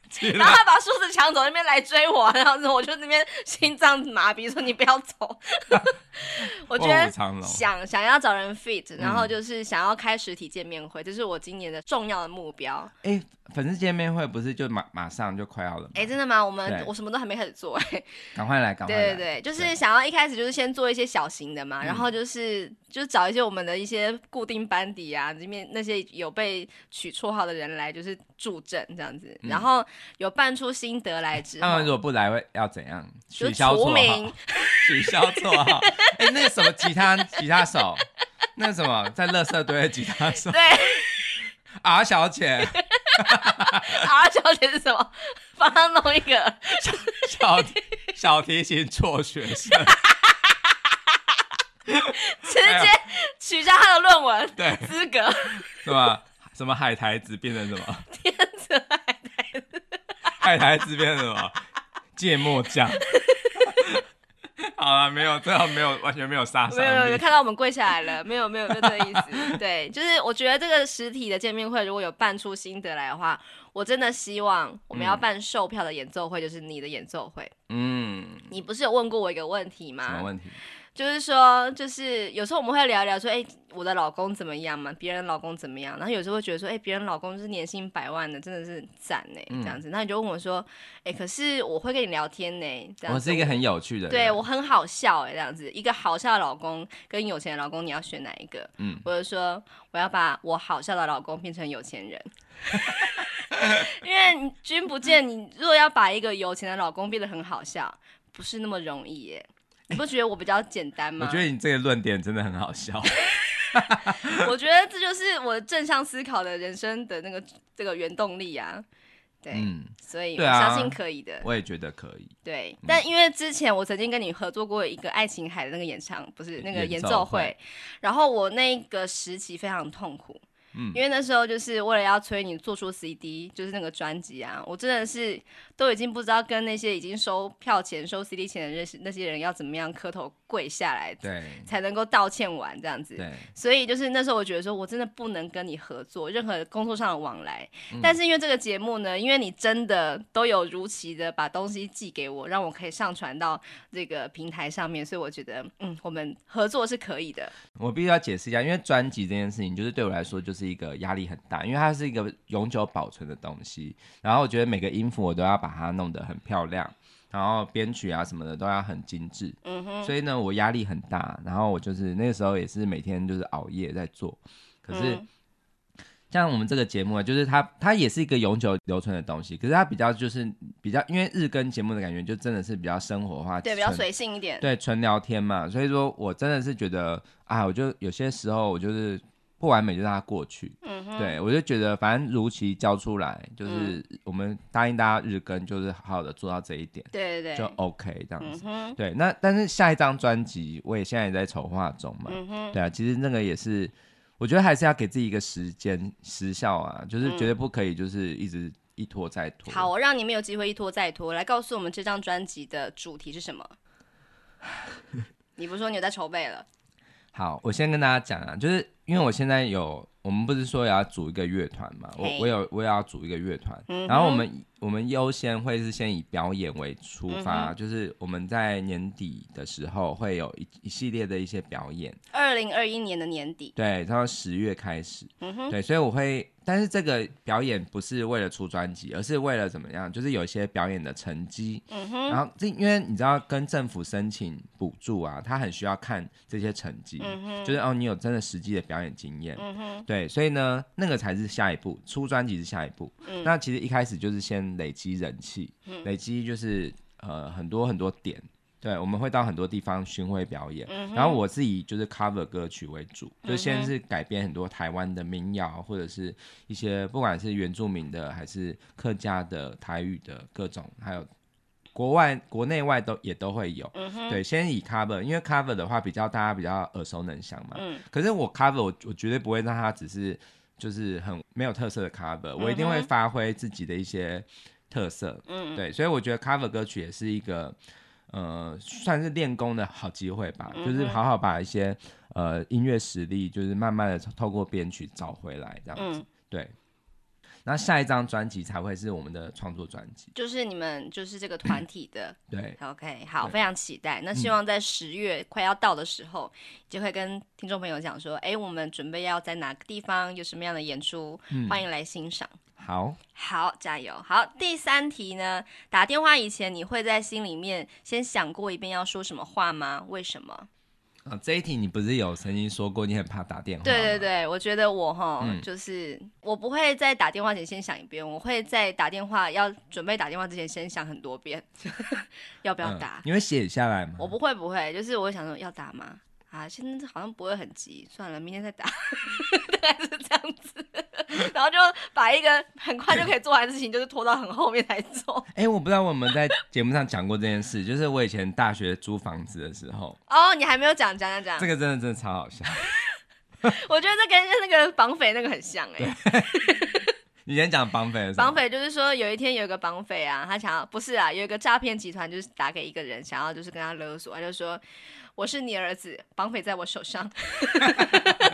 S1: 起
S2: *laughs* 然后
S1: 来
S2: 他把梳子抢走，那边来追我，然后我就那边心脏麻痹，说你不要走。 *laughs* 我
S1: *laughs* 卧虎
S2: 觉得
S1: 藏龙，
S2: 想想要找人 fit，然
S1: 嗯
S2: 后就是想要开实体见面会，这是我今年的重要的目标。
S1: 哎，粉丝见面会不是就马马上就快要了吗？
S2: 哎、真的吗？我
S1: 对
S2: 们我什么都还没开始做、 *laughs* 哎，
S1: 赶快来，赶快
S2: 对对
S1: 来，
S2: 对，就是
S1: 对嗯
S2: 想要一开始就是先做一些小型的嘛，然后就是就是找一些我们的一些固定班底啊，里面那些有被取绰号的人来就是助阵这样
S1: 嗯
S2: 子，然后有办出心得来之后，
S1: 他们如果不来会要怎样？
S2: 就
S1: 取
S2: 是
S1: 消
S2: 除
S1: 绰号 *laughs*
S2: 名。。
S1: 取消绰号。哎、那个什么吉他吉他
S2: *laughs*
S1: 手，那个什么在垃圾堆的吉他手
S2: 对，
S1: R 小姐，
S2: R 小姐是什么？ *laughs* 帮他弄一个，
S1: 小小提琴辍学生，
S2: 直接取消他的论文
S1: 哎对，
S2: 资格，
S1: 是吧？什么海苔子变成什么？
S2: 天子爱戴的
S1: 海苔子变成什么？芥末
S2: *laughs*
S1: 酱。好了，没有，真的没有，完全没有杀伤
S2: 没有没有没
S1: 力
S2: 有看到我们跪下来了，没有没有没有这个意
S1: *laughs*
S2: 思。对，就是我觉得这个实体的见面会，如果有办出心得来的话，我真的希望我们要办售票的演奏会，就是你的演奏会。
S1: 嗯，
S2: 你不是有问过我一个问题
S1: 什么
S2: 吗？
S1: 问题？
S2: 就是说，就是有时候我们会聊一聊说，哎、我的老公怎么样嘛？别人老公怎么样？然后有时候会觉得说，哎、别人老公就是年薪百万的，真的是很赞呢、
S1: 嗯
S2: 这样子。那你就问我说，哎、可是我会跟你聊天呢、这样
S1: 我
S2: 子。
S1: 是一个很有趣的人，
S2: 对我很好笑哎、这样子，一个好笑的老公跟有钱的老公，你要选哪一个？
S1: 嗯，
S2: 我就说我要把我好笑的老公变成有钱人， *laughs* 因为你君不见你，如果要把一个有钱的老公变得很好笑，不是那么容易耶、你不觉得我比较简单吗？
S1: 我觉得你这个论点真的很好笑。
S2: 我觉得这就是我正向思考的人生的那个这个原动力啊。对，
S1: 嗯，
S2: 所以我
S1: 对啊
S2: 相信可以的。
S1: 我也觉得可以。
S2: 对，但因为之前我曾经跟你合作过一个《爱琴海》的那个演唱，不是那个演
S1: 演
S2: 奏
S1: 奏
S2: 会，
S1: 会
S2: 然后我那个时期非常痛苦，
S1: 嗯
S2: 因为那时候就是为了要催你做出 CD，就是那个专辑啊，我真的是都已经不知道跟那些已经收票钱、收 CD 钱的那些那些人要怎么样磕头跪下来，
S1: 对
S2: 才能够道歉完这样子。
S1: 对，
S2: 所以就是那时候我觉得说，我真的不能跟你合作，任何工作上的往来。
S1: 嗯
S2: 但是因为这个节目呢，因为你真的都有如期的把东西寄给我，让我可以上传到这个平台上面，所以我觉得，嗯，我们合作是可以的。
S1: 我必须要解释一下，因为专辑这件事情，就是对我来说就是一个压力很大，因为它是一个永久保存的东西。然后我觉得每个音符我都要把它弄得很漂亮，然后编曲啊什么的都要很精致。
S2: 嗯哼，
S1: 所以呢，我压力很大。然后我就是那个时候也是每天就是熬夜在做，可是。
S2: 嗯
S1: 像我们这个节目啊，就是它它也是一个永久留存的东西，可是它比较就是比较，因为日更节目的感觉就真的是比较生活化，
S2: 对，比较
S1: 纯
S2: 随性一点。
S1: 对纯聊天嘛，所以说我真的是觉得啊，我就有些时候我就是不完美就让它过去，
S2: 嗯嗯哼，
S1: 对我就觉得反正如期交出来，就是我们答应大家日更，就是好好的做到这一点
S2: 对对
S1: 就
S2: 对，
S1: OK 这样
S2: 嗯
S1: 子。
S2: 哼，
S1: 对，那但是下一张专辑我也现在也在筹划中嘛，
S2: 嗯哼，
S1: 对啊，其实那个也是，我觉得还是要给自己一个时间时效啊，就是绝对不可以就是一直一拖再拖。
S2: 嗯好，，我让你们有机会一拖再拖，来告诉我们这张专辑的主题是什么。 *laughs* 你不是说你有在筹备了？
S1: 好，我先跟大家讲啊，就是因为我现在有，我们不是说也要组一个乐团嘛，
S2: 嘿
S1: 我我有我也要组一个乐团，
S2: 嗯哼
S1: 然后我们我们优先会是先以表演为出
S2: 嗯
S1: 发，就是我们在年底的时候会有一一系列的一些表演，
S2: 二零二一年的年底，
S1: 对，然后十月开始，
S2: 嗯哼，
S1: 对，所以我会，但是这个表演不是为了出专辑，而是为了怎么样，就是有一些表演的成绩，
S2: 嗯哼，
S1: 然后这因为你知道跟政府申请补助啊，他很需要看这些成绩，
S2: 嗯哼，
S1: 就是哦你有真的实际的表演经验，
S2: 嗯哼，
S1: 对，所以呢那个才是下一步，出专辑是下一步。
S2: 嗯
S1: 那其实一开始就是先累积人气，累积就是呃很多很多点，对，我们会到很多地方巡回表演，
S2: 嗯
S1: 然后我自己就是 cover 歌曲为主，就先是改编很多台湾的民谣或者是一些不管是原住民的还是客家的、台语的各种，还有国外、国内外都也都会有。
S2: 嗯
S1: 对，先以 cover，因为 cover 的话比较大家比较耳熟能详嘛。
S2: 嗯
S1: 可是我 cover 我我绝对不会让它只是就是很没有特色的 cover，我一定
S2: 嗯
S1: 会
S2: 哼
S1: 发挥自己的一些特色。
S2: 嗯，
S1: 对，所以我觉得 cover 歌曲也是一个。呃，算是练功的好机会吧，
S2: 嗯
S1: 就是好好把一些呃音乐实力，就是慢慢的透过编曲找回来这样子。
S2: 嗯
S1: 对，那下一张专辑才会是我们的创作专辑。
S2: 就是你们就是这个团体的
S1: *clears throat* 对，
S2: ，OK，好，
S1: 对嗯
S2: 非常期待。那希望在十月快要到的时候，就会跟听众朋友讲说，哎、我们准备要在哪个地方有什么样的演出，欢
S1: 嗯
S2: 迎来欣赏。
S1: 好，
S2: 好，加油！好，第三题呢？打电话以前，你会在心里面先想过一遍要说什么话吗？为什么？
S1: 啊，这一题你不是有曾经说过你很怕打电话？
S2: 对对。对，我觉得我哈，
S1: 嗯
S2: 就是我不会在打电话前先想一遍，我会在打电话要准备打电话之前先想很多遍，要不要打
S1: 嗯？
S2: *laughs*
S1: 你会写下来吗？
S2: 我不会不会，就是我会想说要打吗？啊，现在好像不会很急，算了，明天再打， *laughs* 大概是这样子。然后就把一个很快就可以做完的事情，就是拖到很后面才做。
S1: 哎、我不知道我们在节目上讲过这件事，就是我以前大学租房子的时候，
S2: 哦，你还没有讲，讲讲讲
S1: 这，个真的真的超好笑。
S2: 我觉得这跟那个绑匪那个很像哎、
S1: 你先讲绑匪的时候，
S2: 绑匪就是说，有一天有一个绑匪啊，他想要不是啊，有一个诈骗集团就是打给一个人，想要就是跟他勒索，他就说我是你儿子，绑匪在我手上。 *laughs*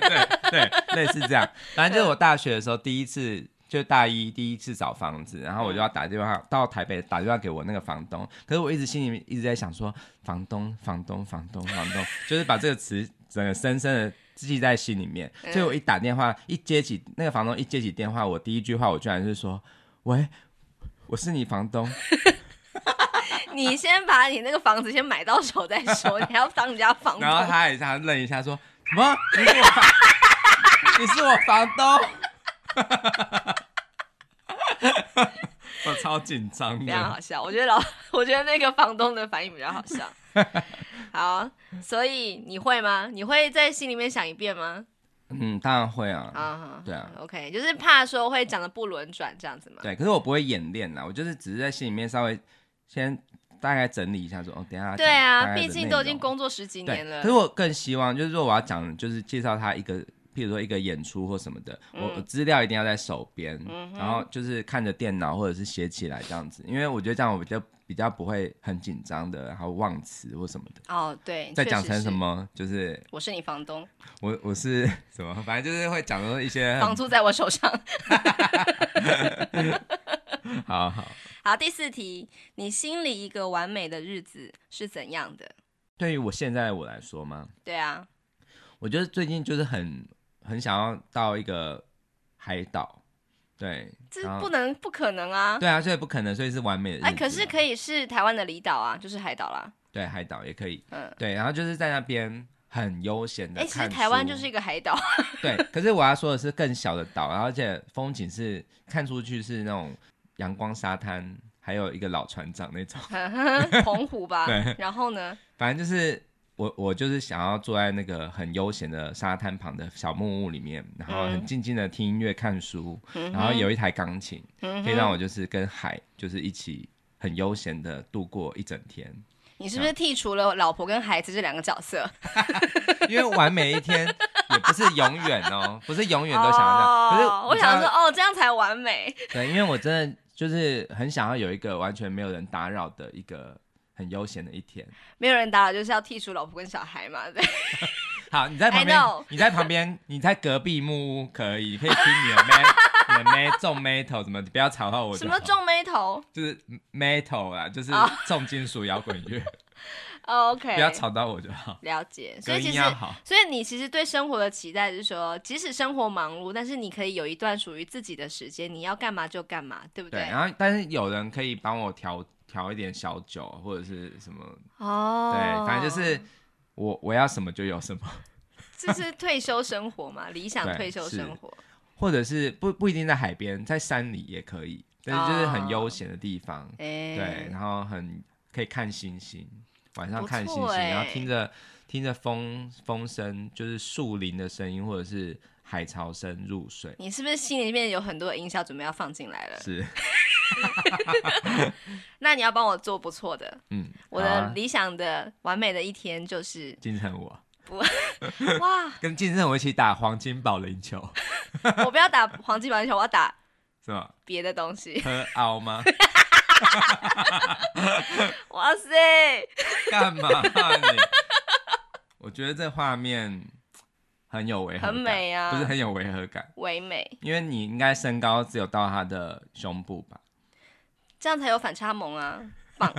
S1: 对对， *laughs* 类似这样。反正就是我大学的时候第一次，就大一第一次找房子，然后我就要打电话到台北打电话给我那个房东，可是我一直心里面一直在想说，房东房东房东房东，就是把这个词整个深深的。记在心里面，
S2: 嗯
S1: 所以我一打电话，一接起那个房东一接起电话，我第一句话我居然是说：“喂，我是你房东。
S2: 你先把你那个房子先买到手再说，你还要当人家”房
S1: 然后
S2: 东。
S1: 他也他愣一下说：“什么？你是我 *laughs* 房？你是我房东？” *laughs* 我超紧张
S2: 非常
S1: 的，
S2: 好笑，我觉得老， *laughs* 我觉得那个房东的反应比较好
S1: *laughs*
S2: 笑。好，所以你会吗？你会在心里面想一遍吗？
S1: 嗯，当然会啊，
S2: 啊，
S1: 对啊
S2: ，OK，就是怕说会讲的不轮转这样子嘛。
S1: 对，可是我不会演练啦，我就是只是在心里面稍微先大概整理一下说哦，等一下
S2: 对
S1: 大
S2: 啊，
S1: 概的哦
S2: 毕竟都已
S1: 内
S2: 经
S1: 容
S2: 工作十几
S1: 对，
S2: 年了
S1: 可是。我更希望，就是说我要讲，就是介绍他一个，譬如说一个演出或什么的，
S2: 嗯
S1: 我我资料一定要在手边，然后就是看着电脑或者是写起来这样子，因为我觉得这样我比较比较不会很紧张的，然后忘词或什么的。
S2: 哦，对，
S1: 再
S2: 确
S1: 讲
S2: 实
S1: 成
S2: 是
S1: 什？么，就是
S2: 我是你房东，
S1: 我我是 *laughs* 什么，反正就是会讲到一些
S2: 房租在我手上。 *laughs*
S1: 很好好。
S2: 好，第四题，你心里一个完美的日子是怎样的？
S1: 对于我现在的我来说嘛，
S2: 对啊，
S1: 我觉得最近就是很很想要到一个海岛，对，
S2: 这
S1: 然后
S2: 不能不可能啊！
S1: 对啊，所以不可能，所以是完美的日子嘛。
S2: 哎，可是可以是台湾的离岛啊，就是海岛啦。
S1: 对海岛也可以，
S2: 嗯，
S1: 对，然后就是在那边很悠闲的
S2: 哎，
S1: 看
S2: 其
S1: 书。
S2: 实台湾就是一个海岛，
S1: *laughs* 对，可是我要说的是更小的岛，然后而且风景是看出去是那种阳光沙滩，还有一个老船长那
S2: *laughs*
S1: 种。
S2: 澎湖吧
S1: 对。
S2: 然
S1: *laughs*
S2: 后呢？
S1: 反正就是我我就是想要坐在那个很悠闲的沙滩旁的小木屋里面，然后很
S2: 嗯
S1: 静静的听音乐、看书，
S2: 然
S1: 然后有一台钢琴，可
S2: 可
S1: 以让我就是跟海就是一起很悠闲的度过一整天。
S2: 你是不是剔除了老婆跟孩子这两个角色？
S1: 因为完美一天也不是永远哦，不是永远都想要这样。
S2: 哦
S1: 可是
S2: 我
S1: 你知道
S2: 想说，，哦，这样才完美。
S1: 对，因为我真的就是很想要有一个完全没有人打扰的一个很悠闲的一天。
S2: 没有人打扰，就是要剔除老婆跟小孩嘛。对，
S1: 好，你在旁
S2: I
S1: 边
S2: know，
S1: 你在旁边，你在隔壁木屋可以，可以听你的妹， *laughs* 你的妹种 metal 怎么，你不要吵到我就
S2: 什
S1: 好。
S2: 么皱眉头
S1: 就是 metal 啦，就是
S2: 哦
S1: 重金属摇滚乐，
S2: 哦？OK，
S1: *laughs* 不要吵到我就好。
S2: 了解，所
S1: 隔
S2: 以其
S1: 音
S2: 实，
S1: 要好，
S2: 所以你其实对生活的期待是说，即使生活忙碌，但是你可以有一段属于自己的时间，你要干嘛就干嘛，对不
S1: 对。然后，但是有人可以帮我调调一点小酒或者是什么
S2: 哦，
S1: 对，反正就是我我要什么就有什么， *laughs*
S2: 这是退休生活嘛，理想
S1: 对
S2: 退休生活。
S1: 或者是不不一定在海边，在山里也可以，但是就是很悠闲的地方，
S2: 哎，
S1: 对，然后很可以看星星，晚上
S2: 不
S1: 看星
S2: 错
S1: 星，
S2: 欸
S1: 然后听着听着风风声，就是树林的声音或者是海潮声入睡，
S2: 你是不是心里面有很多的音效准备要放进来了？
S1: 是，
S2: 那你要帮我做不错的，
S1: 嗯，
S2: *laughs* 我
S1: 好
S2: 的
S1: 啊
S2: 理想的完美的一天就是，
S1: 金城武啊
S2: 哇，
S1: 跟金城武一起打黄金保龄球
S2: 我不要打黄金保龄球，我要打
S1: 是吗？
S2: 别的东西。
S1: 喝凹吗？
S2: 哇塞，
S1: *laughs* 干嘛啊你？我觉得这画面很有违和感，
S2: 很美啊
S1: 不是很有违和感，
S2: 唯美，
S1: 因为你应该身高只有到他的胸部吧？
S2: 这样才有反差
S1: *laughs*
S2: 萌啊！棒，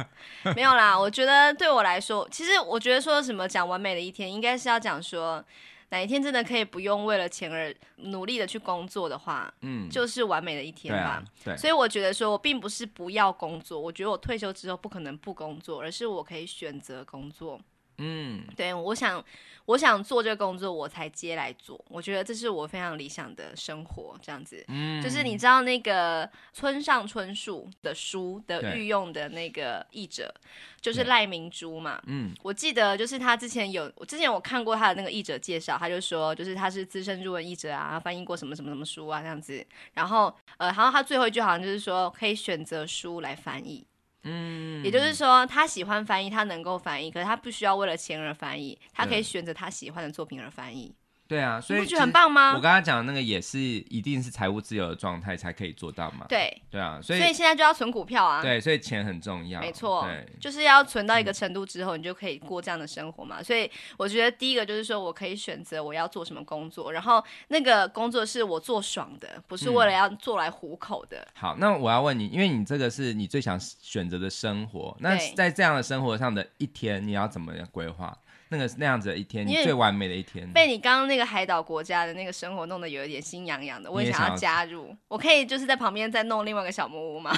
S2: 没有啦。我觉得对我来说，其实我觉得说什么讲完美的一天，应该是要讲说哪一天真的可以不用为了钱而努力的去工作的话，
S1: 嗯，
S2: 就是完美的一天
S1: 对
S2: 吧。
S1: 啊，对，
S2: 所以我觉得说我并不是不要工作，我觉得我退休之后不可能不工作，而是我可以选择工作。
S1: 嗯，
S2: 对，我想我想做这个工作，我才接来做。我觉得这是我非常理想的生活，这样子。
S1: 嗯
S2: 就是你知道那个村上春树的书的
S1: 对
S2: 御用的那个译者，就是
S1: 对
S2: 赖明珠嘛。
S1: 嗯
S2: 我记得就是他之前有，我之前我看过他的那个译者介绍，他就说就是他是资深中文译者啊，翻译过什么什么什么书啊这样子。然后呃，然后他最后一句好像就是说可以选择书来翻译，
S1: 嗯，
S2: 也就是说，他喜欢翻译，他能够翻译，可是他不需要为了钱而翻译，他可以
S1: 对
S2: 选择他喜欢的作品而翻译，
S1: 对啊，所
S2: 你
S1: 以
S2: 不
S1: 其
S2: 觉得很
S1: 实
S2: 棒
S1: 我
S2: 吗？
S1: 刚刚讲的那个也是一定是财务自由的状态才可以做到嘛。
S2: 对，
S1: 对啊，所
S2: 所
S1: 以
S2: 以现在就要存股票啊，
S1: 对，所以钱很重要。
S2: 没错
S1: 对，，嗯
S2: 就是要存到一个程度之后，你就可以过这样的生活嘛。所以我觉得第一个就是说我可以选择我要做什么工作，然后那个工作是我做爽的，不是为
S1: 嗯
S2: 了要做来糊口的。
S1: 好，那我要问你，因为你这个是你最想选择的生活，那
S2: 对
S1: 在这样的生活上的一天，你要怎么样规划？那个那样子的一天，你
S2: 因为
S1: 最完美的一天，
S2: 被你刚刚那个海岛国家的那个生活弄得有一点心痒痒的，我
S1: 你也
S2: 想
S1: 想
S2: 要
S1: 要
S2: 加入。我可以就是在旁边再弄另外一个小木屋吗？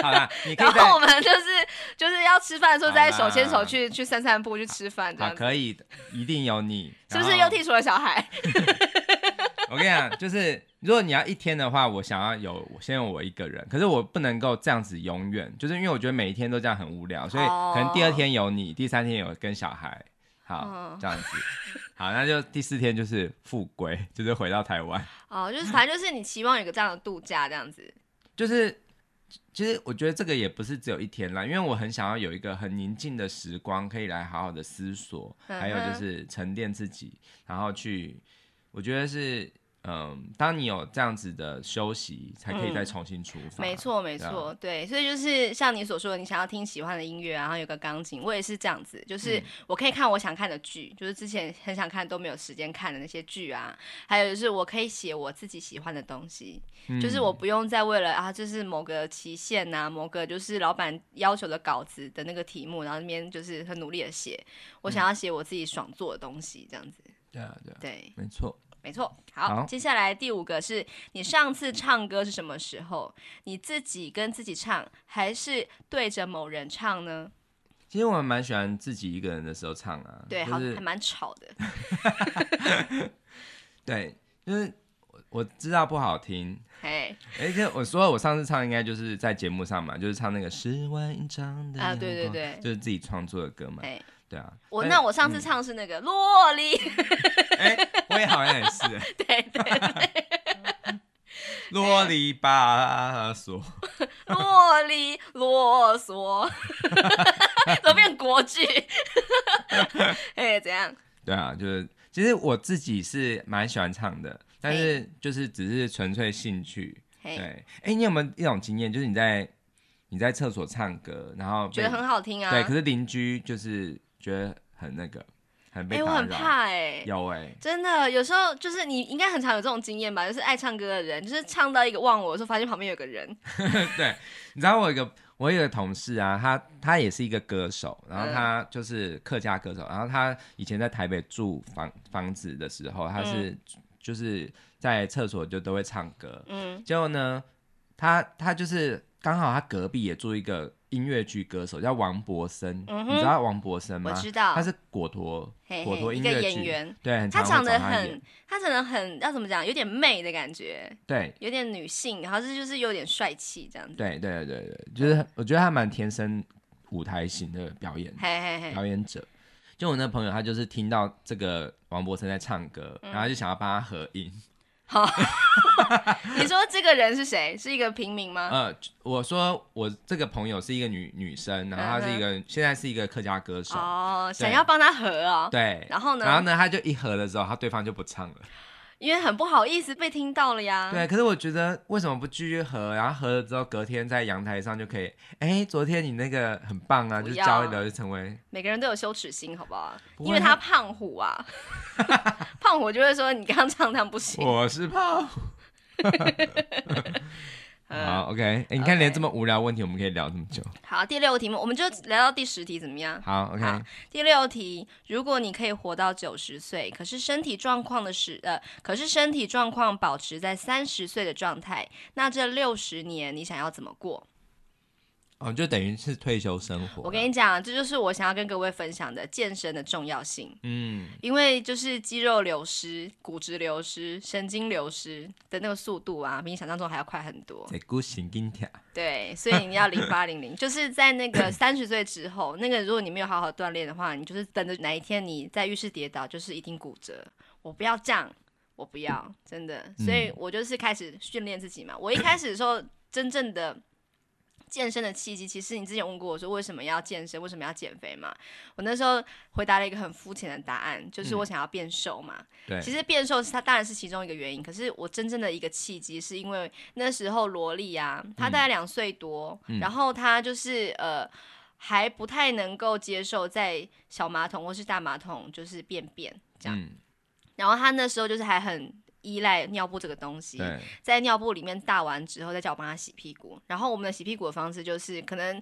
S1: 好啦，你可
S2: 然
S1: 以在
S2: 后我们就是就是要吃饭的时候再
S1: 好
S2: 手
S1: 啦
S2: 牵手去去散散步去吃饭这
S1: 好
S2: 样子，
S1: 可以，一定有你，
S2: 是不
S1: 然
S2: 是
S1: 后
S2: 又剔除了小孩？
S1: 我跟你讲，就是如果你要一天的话，我想要有我先有我一个人，可是我不能够这样子永远，就是因为我觉得每一天都这样很无聊，所以
S2: 哦
S1: 可能第二天有你，第三天有跟小孩，好、
S2: 嗯
S1: 这样子，好，那就第四天就是复归，就是回到台湾，
S2: 哦，就是反正就是你期望有个这样的度假这样子，
S1: 就是其实我觉得这个也不是只有一天啦，因为我很想要有一个很宁静的时光，可以来好好的思索，
S2: 嗯哼
S1: 还有就是沉淀自己，然后去，我觉得是。嗯，当你有这样子的休息，才可以再重新出发。
S2: 嗯没，错没错，对，所以就是像你所说的，你想要听喜欢的音乐，然后有个钢琴，我也是这样子，就是我可以看我想看的剧，就是之前很想看都没有时间看的那些剧啊，还有就是我可以写我自己喜欢的东西，就是我不用再为了啊，就是某个期限呐、某个就是老板要求的稿子的那个题目，然后那边就是很努力的写，我想要写我自己爽做的东西，这样子，
S1: 对啊，对啊，
S2: 对，
S1: 没错。
S2: 没错。好，
S1: 好
S2: 接下来第五个是你上次唱歌是什么时候？你自己跟自己唱，还是对着某人唱呢？
S1: 其实我蛮喜欢自己一个人的时候唱啊，
S2: 对，
S1: 就
S2: 好，
S1: 是
S2: 还蛮吵的。
S1: 对，就是我我知道不好听， *laughs*
S2: 哎，
S1: 而且我说我上次唱应该就是在节目上嘛，就是唱那个十万英张的
S2: 啊
S1: 阳
S2: 对对
S1: 光
S2: 对
S1: 就是自己创作的歌嘛
S2: 哎，
S1: 对啊。
S2: 我
S1: 但
S2: 那我上次唱是那个洛丽， *laughs*
S1: 哎、我也好像也是
S2: 对对，
S1: 啰里吧嗦，
S2: 洛丽
S1: *laughs*
S2: 啰嗦，怎么变国剧？哎，怎样？
S1: 对啊，就是其实我自己是蛮喜欢唱的，但
S2: 哎
S1: 是就是只是纯粹兴趣。对，
S2: 嘿，
S1: 哎、你有没有一种经验，就是你在你在厕所唱歌，然后被
S2: 觉得很好听啊。
S1: 对，可是邻居就是觉得很那个，很被
S2: 哎，我
S1: 打
S2: 很
S1: 扰。
S2: 怕哎。
S1: 有哎、
S2: 真的，有时候就是你应该很常有这种经验吧，就是爱唱歌的人，就是唱到一个忘我的时候，发现旁边有个人，
S1: *laughs* 对，你知道我有一个我有一个同事啊，他他也是一个歌手，然后
S2: 嗯
S1: 他就是客家歌手，然后他以前在台北住房房子的时候，他是、就是在厕所就都会唱歌，
S2: 嗯，
S1: 结果呢，他他就是刚好他隔壁也住一个音乐剧歌手叫王博森，
S2: 嗯哼
S1: 你知道王博森吗？
S2: 我知道
S1: 他是果陀
S2: 嘿
S1: 果陀
S2: 嘿，一
S1: 音
S2: 个
S1: 乐
S2: 演
S1: 剧，
S2: 员，
S1: 对，很
S2: 她
S1: 常会
S2: 长得
S1: 找他演
S2: 很，她长得很要怎么讲，有点媚的感觉，
S1: 对。
S2: 有点女性，然后这就是有点帅气这样子，
S1: 对对对对，就是我觉得他蛮天生舞台型的表演
S2: 嘿嘿嘿，
S1: 表演者。就我那朋友，他就是听到这个王柏森在唱歌，
S2: 嗯
S1: 然后就想要帮他合影。
S2: 你说这个人是谁？是一个平民吗？
S1: 呃，我说我这个朋友是一个女女生，然后她是一个、现在是一个客家歌手，
S2: 嗯哦，想
S1: 对
S2: 要帮他合哦，
S1: 对。
S2: 然后
S1: 然后
S2: 呢，
S1: 呢，他就一合的时候，他对方就不唱了。
S2: 因为很不好意思被听到了呀，
S1: 对，可是我觉得为什么不继续合？然后合了之后，隔天在阳台上就可以，哎，昨天你那个很棒啊，
S2: 不
S1: 就是
S2: 要
S1: 交流就成为
S2: 每个人都有羞耻心，好不好？
S1: 不会
S2: 因为
S1: 他
S2: 他胖
S1: *laughs*
S2: 虎啊，胖虎就会说你刚刚唱唱不行。
S1: 我是炮。
S2: 嗯，
S1: 好，OK，哎、你看连
S2: OK
S1: 这么无聊的问题，我们可以聊这么久。
S2: 好，第六个题目，我们就聊到第十题怎么样？
S1: 好，OK，
S2: 好第六题，如果你可以活到九十岁，可是身体状况的时呃，可是身体状况保持在三十岁的状态，那这六十年你想要怎么过？
S1: 哦，就等于是退休生活。啊
S2: 我跟你讲，这就是我想要跟各位分享的健身的重要性。
S1: 嗯，
S2: 因为就是肌肉流失、骨质流失、神经流失的那个速度啊，比你想象中还要快很多。
S1: 在孤行跟跳，
S2: 对，所以你要零八零零，就是在那个三十岁之后，那个如果你没有好好锻炼的话，你就是等着哪一天你在浴室跌倒，就是一定骨折。我不要这样，我不要，真的。所以我就是开始训练自己嘛。我一开始的时候，真正的。健身的契机，其实你之前问过我说为什么要健身，为什么要减肥嘛？我那时候回答了一个很肤浅的答案，就是我想要变瘦嘛。
S1: 对，
S2: 其实变瘦是它当然是其中一个原因，可是我真正的一个契机是因为那时候萝莉啊，她
S1: 嗯
S2: 大概两岁多，然后她就是呃还不太能够接受在小马桶或是大马桶就是便便这样，
S1: 嗯，
S2: 然后她那时候就是还很依赖尿布这个东西，
S1: 对，
S2: 在尿布里面大完之后，再叫我帮他洗屁股。然后我们的洗屁股的方式就是，可能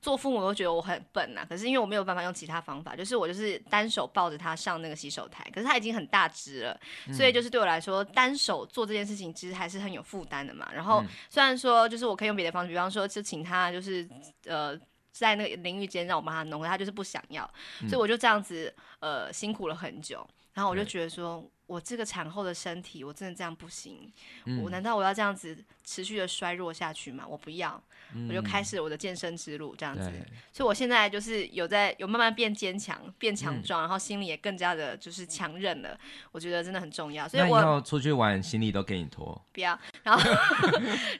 S2: 做父母都觉得我很笨啊，可是因为我没有办法用其他方法，就是我就是单手抱着他上那个洗手台，可是他已经很大只了，
S1: 嗯
S2: 所以就是对我来说，单手做这件事情其实还是很有负担的嘛。然
S1: 嗯
S2: 后虽然说就是我可以用别的方式，比方说就请他就是呃。在那个淋浴间让我帮他弄，可他就是不想要，所以我就这样子呃辛苦了很久，然后我就
S1: 嗯对
S2: 觉得说，我这个产后的身体，我真的这样不行，
S1: 嗯
S2: 我难道我要这样子持续的衰弱下去吗？我不要，我就开始我的健身之路，这样子。
S1: 嗯对，
S2: 所以我现在就是有在有慢慢变坚强、变强
S1: 嗯
S2: 壮，然后心里也更加的就是强韧了。我觉得真的很重要，所以
S1: 那以
S2: 我
S1: 后出去玩行李都给你拖，
S2: 不要。然后， *laughs*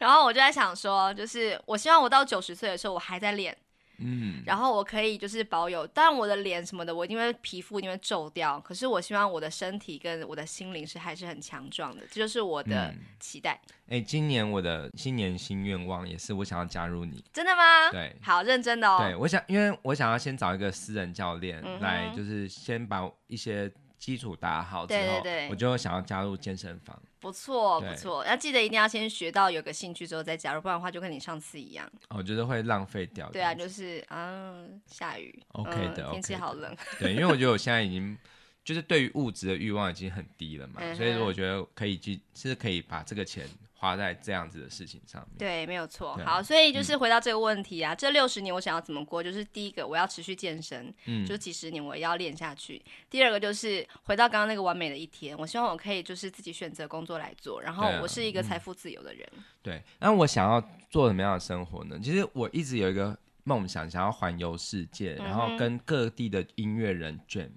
S2: 然后我就在想说，就是我希望我到九十岁的时候，我还在练。
S1: 嗯，
S2: 然后我可以就是保有，当然我的脸什么的，我一定会皮肤一定会皱掉，可是我希望我的身体跟我的心灵是还是很强壮的，这就是我的
S1: 嗯
S2: 期待。
S1: 哎、今年我的新年新愿望也是我想要加入你，
S2: 真的吗？
S1: 对
S2: 好认真啊的哦。
S1: 对，我想，因为我想要先找一个私人教练、
S2: 嗯哼
S1: 来，就是先把一些基础打好之后，
S2: 对对对
S1: 我就想要加入健身房。
S2: 不错
S1: 对
S2: 不错，要记得一定要先学到有个兴趣之后再加入，不然的话就跟你上次一样。
S1: 哦我觉得会浪费掉。
S2: 对啊，就是啊下雨
S1: OK
S2: 嗯
S1: 的
S2: 天气
S1: OK 的
S2: 好冷，
S1: 对，因为我觉得我现在已经就是对于物质的欲望已经很低了嘛，
S2: 嗯哼
S1: 所以说我觉得可以去是可以把这个钱花在这样子的事情上面。
S2: 对，没有错。
S1: 对啊
S2: 好，所以就是回到这个问题啊，这六十年我想要怎么过？就是第一个，我要持续健身，
S1: 嗯
S2: 就几十年我也要练下去。第二个就是回到刚刚那个完美的一天，我希望我可以就是自己选择工作来做，然后
S1: 对啊
S2: 我是一个财富自由的人。
S1: 对，那我想要做什么样的生活呢？其实我一直有一个梦想，想要环游世界，然
S2: 嗯
S1: 后
S2: 哼
S1: 跟各地的音乐人卷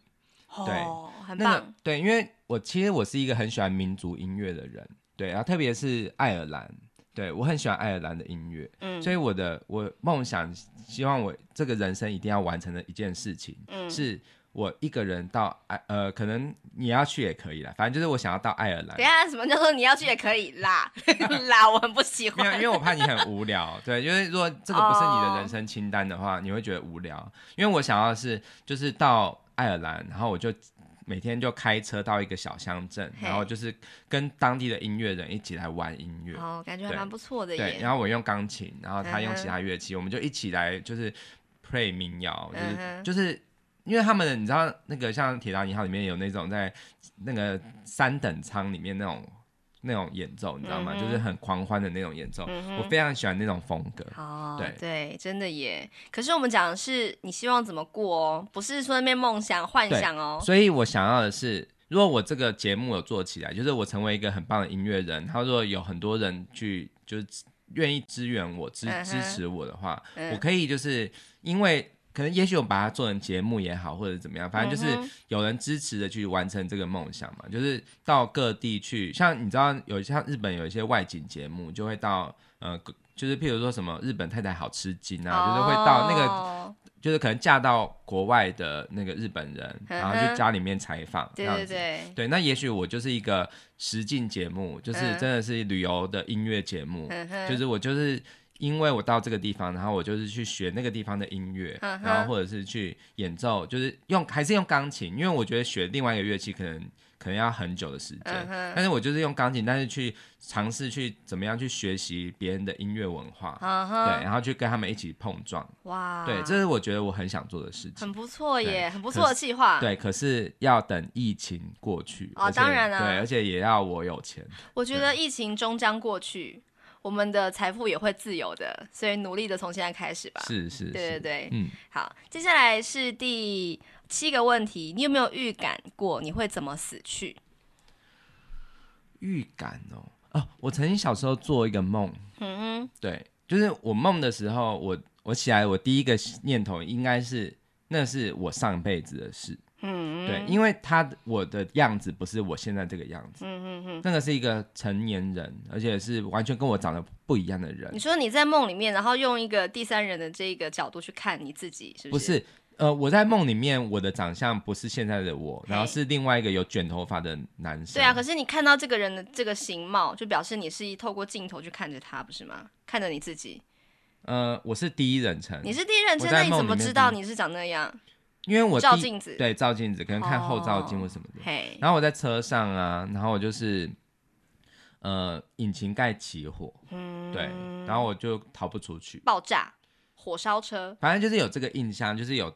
S1: 对
S2: 哦，很
S1: 那个
S2: 棒。
S1: 对，因为我其实我是一个很喜欢民族音乐的人，对，然后特别是爱尔兰，对我很喜欢爱尔兰的音乐，
S2: 嗯
S1: 所以我的我梦想，希望我这个人生一定要完成的一件事情，
S2: 嗯
S1: 是我一个人到爱呃，可能你要去也可以啦，反正就是我想要到爱尔兰
S2: 等一，下，什么叫做你要去也可以
S1: *laughs*
S2: 啦啦，我很不喜
S1: 没有，因
S2: 欢。
S1: 为我怕你很无聊，对，因为如果这个不是你的人生清单的话，你会觉得无聊。因为我想要的是，就是到爱尔兰，然后我就每天就开车到一个小乡镇，
S2: 嘿
S1: 然后就是跟当地的音乐人一起来玩音乐。
S2: 哦，感觉还
S1: 对
S2: 蛮不错的
S1: 对，
S2: 耶
S1: 然。后我用钢琴，然后他用
S2: 嗯哼
S1: 其他乐器，我们就一起来就是 play 民谣，就是、
S2: 嗯哼
S1: 就是因为他们的你知道那个像《铁达尼号》里面有那种在那个三等舱里面那种那种演奏，你知道吗？
S2: 嗯哼
S1: 就是很狂欢的那种演奏，
S2: 嗯哼
S1: 我非常喜欢那种风格。
S2: 哦，
S1: 对
S2: 对，真的耶。可是我们讲的是你希望怎么过哦，不是说那边梦想幻
S1: 对
S2: 想哦。
S1: 所以我想要的是，如果我这个节目有做起来，就是我成为一个很棒的音乐人，他如果有很多人去就是愿意支援我、支
S2: 嗯哼
S1: 支持我的话，
S2: 嗯
S1: 我可以就是因为。可能也许我把它做成节目也好，或者怎么样，反正就是
S2: 嗯哼
S1: 有人支持的去完成这个梦想嘛。就是到各地去，像你知道有像日本有一些外景节目，就会到呃，就是譬如说什么日本太太好吃惊啊，就是会到那个
S2: 哦
S1: 就是可能嫁到国外的那个日本人，
S2: 嗯哼
S1: 然后去家里面采访，这
S2: 对
S1: 样
S2: 对
S1: 子。
S2: 对，
S1: 对那也许我就是一个实境节目，就是
S2: 嗯
S1: 真的是旅游的音乐节目，
S2: 嗯哼
S1: 就是我就是因为我到这个地方，然后我就是去学那个地方的音乐，
S2: 嗯哼
S1: 然后或者是去演奏，就是用还是用钢琴，因为我觉得学另外一个乐器可能可能要很久的时间，
S2: 嗯哼
S1: 但是我就是用钢琴，但是去尝试去怎么样去学习别人的音乐文化，
S2: 嗯
S1: 对，
S2: 哼，
S1: 然后去跟他们一起碰撞。
S2: 哇，
S1: 对，这是我觉得我很想做的事情。
S2: 很不错耶，
S1: 对
S2: 很不
S1: 可
S2: 错的计划。，
S1: 对，可是要等疫情过去。
S2: 哦
S1: 而且
S2: 当然啊
S1: 对，而且也要我有钱。
S2: 我觉得疫情终将过去。我们的财富也会自由的，所以努力的从现在开始吧。
S1: 是是，
S2: 对对
S1: 是，
S2: 对，
S1: 嗯，
S2: 好，接下来是第七个问题，你有没有预感过你会怎么死去？
S1: 预感哦，哦，我曾经小时候做一个梦，
S2: 嗯哼，
S1: 对，就是我梦的时候，我我起来，我第一个念头应该是那是我上辈子的事，
S2: 嗯，
S1: 对，，因为他我的样子不是我现在这个样子，
S2: 嗯嗯嗯。
S1: 那个是一个成年人，而且是完全跟我长得不一样的人
S2: 你，说你在梦里面，然后用一个第三人的这个角度去看你自己，是
S1: 不
S2: 是？
S1: 是。呃，我在梦里面，我的长相不是现在的我，然后
S2: 嘿
S1: 是另外一个有卷头发的男生。
S2: 哎对啊，可是你看到这个人的这个形貌，就表示你是透过镜头去看着他，不是吗？看着你自己，
S1: 呃，我是第一人称，
S2: 你是第一人称，
S1: 我
S2: 那
S1: 在
S2: 你怎
S1: 梦
S2: 么
S1: 里面
S2: 知道你是长那样？
S1: 因为我第
S2: 照镜子，，哦
S1: 对照镜子，可能看后照镜或什么的。
S2: 嘿，
S1: 然后我在车上啊，然后我就是，呃，引擎盖起火，
S2: 嗯
S1: 对，然后我就逃不出去。
S2: 爆炸，火烧车，
S1: 反正就是有这个印象，就是有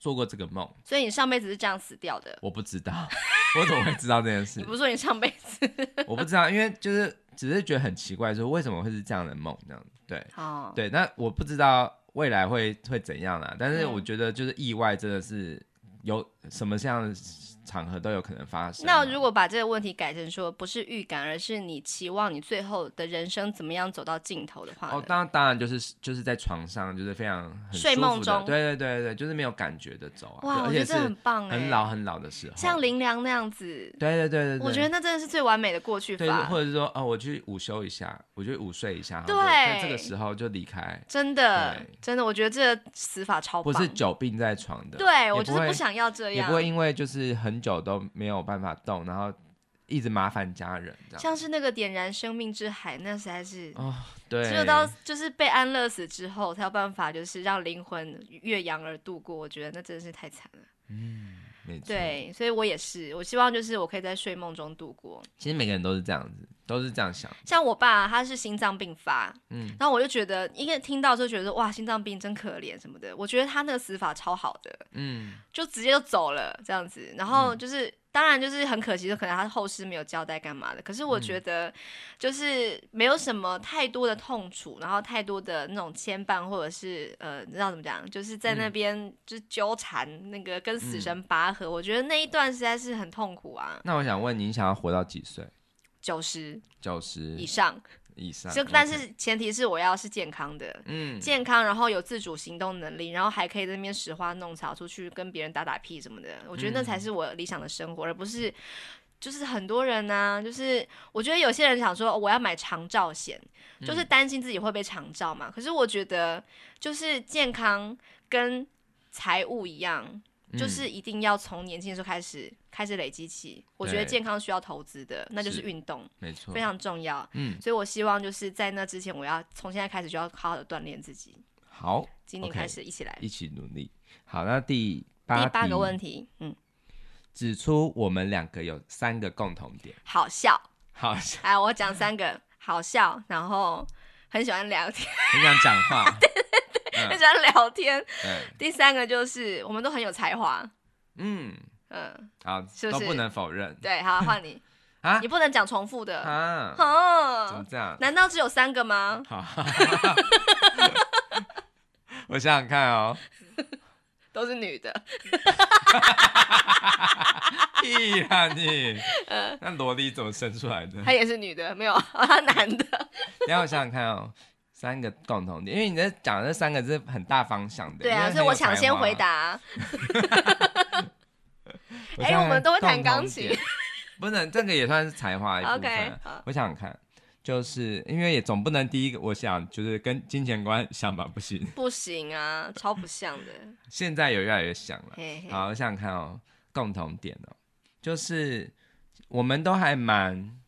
S1: 做过这个梦，
S2: 所以你上辈子是这样死掉的。
S1: 我不知道， *laughs* 我怎么会知道这件
S2: 你
S1: 事
S2: 不？是说你上辈子？
S1: *laughs* 我不知道，因为就是只是觉得很奇怪，说为什么会是这样的梦这样？对
S2: 哦，
S1: 对，那我不知道未来会会怎样啦，但是
S2: 嗯
S1: 我觉得就是意外真的是有什么样的场合都有可能发生啊嘛。
S2: 那如果把这个问题改成说不是预感，而是你期望你最后的人生怎么样走到尽头的话呢，
S1: 哦，当然当然就是就是在床上，就是非常很
S2: 睡
S1: 舒服
S2: 梦
S1: 的
S2: 中
S1: 对对对对，就是没有感觉的走啊，
S2: 哇，
S1: 对
S2: 我
S1: 而且
S2: 觉得这很
S1: 是
S2: 棒哎，
S1: 很老很老的时候，
S2: 像林良那样子，
S1: 对对对对对，
S2: 我觉得那真的是最完美的过去
S1: 对，
S2: 法
S1: 或，者是说哦，我去午休一下，我去午睡一下，
S2: 对
S1: 然后就在这个时候就离开，
S2: 真的
S1: 对
S2: 真的，我觉得这个死法超
S1: 不
S2: 棒，
S1: 是久病在床的，
S2: 对
S1: 也
S2: 我
S1: 不
S2: 就是
S1: 会
S2: 不想要这
S1: 也
S2: 样
S1: 不，会因为就是很久都没有办法动，然后一直麻烦家人这样，
S2: 像是那个点燃生命之海，那实在是。
S1: 哦，对，
S2: 只有到就是被安乐死之后，才有办法就是让灵魂越洋而度过。我觉得那真的是太惨了。
S1: 没错，
S2: 对，所以我也是，我希望就是我可以在睡梦中度过。
S1: 其实每个人都是这样子，都是这样想，
S2: 像我爸、他是心脏病发，
S1: 嗯，
S2: 然后我就觉得，因为听到就觉得说哇，心脏病真可怜什么的。我觉得他那个死法超好的，
S1: 嗯，
S2: 就直接就走了这样子。然后就是，当然就是很可惜，就可能他后事没有交代干嘛的。可是
S1: 嗯
S2: 我觉得，就是没有什么太多的痛楚，然后太多的那种牵绊，或者是呃，你知道怎么讲，就是在
S1: 嗯
S2: 那边就是纠缠那个跟死神拔河。我觉得那一段实在是很痛苦啊，
S1: 那我想问您，想要活到几岁？
S2: 九十
S1: 九十
S2: 以上，
S1: 以上，
S2: 就但
S1: OK
S2: 是前提是我要是健康的，
S1: 嗯，
S2: 健康，然后有自主行动能力，然后还可以在那边拾花弄草，出去跟别人打打屁什么的。我觉得那才
S1: 嗯
S2: 是我理想的生活，而不是就是很多人呢、就是我觉得有些人想说、哦我要买长照险，
S1: 嗯
S2: 就是担心自己会被长照嘛。可是我觉得就是健康跟财务一样。
S1: 嗯
S2: 就是一定要从年轻的时候开始开始累积起，我觉得
S1: 对
S2: 健康需要投资的，那就
S1: 是
S2: 是运动。
S1: 没错
S2: 非，常重要。
S1: 嗯
S2: 所以我希望就是在那之前，我要从现在开始就要好好的锻炼自己。
S1: 好，
S2: 今年
S1: OK
S2: 开始一起来。
S1: 一起努力。好，那第八
S2: 第八
S1: 题
S2: 个问题，嗯，
S1: 指出我们两个有三个共同点。
S2: 好笑。 *laughs*
S1: 好，
S2: 哎，我讲三个，好笑，然后很喜欢聊天， *laughs*
S1: 很想讲话。
S2: 很
S1: 嗯
S2: 喜欢聊天。
S1: 对，
S2: 第三个就是我们都很有才华，
S1: 嗯，
S2: 嗯，
S1: 好，
S2: 是不
S1: 都
S2: 是
S1: 不能否认
S2: 对，好，换你，
S1: 啊
S2: 你不能讲重复的。
S1: 啊！怎么
S2: 哦，
S1: 这样？
S2: 难道只有三个吗？
S1: 好， *laughs* 我想想看哦。
S2: 都是女的，
S1: 嗯屁啊
S2: *laughs*
S1: 你！那萝莉怎么生出来的？
S2: 她也是女的，呃没有， *laughs* 哦她男的。
S1: 等一下我想想看哦。三个共同点，因为你在讲的这三个是很大方向的。
S2: 对
S1: 因
S2: 啊，
S1: 为
S2: 所以
S1: 很有
S2: 我抢先
S1: 才华
S2: 回。答。
S1: 想想
S2: 哎我们都会弹
S1: 看
S2: 钢
S1: 共同
S2: *laughs*
S1: 点，不能这个也算是才华一部
S2: OK，
S1: 分。啊
S2: 好，
S1: 我想想看，就是因为也总不能第一个，我想就是跟金钱观想法不行，
S2: 不行啊，超不像
S1: *laughs*
S2: 的。
S1: 现在有越来越像了。
S2: 嘿嘿，
S1: 好，我想想看哦，共同点哦，就是我们都还蛮，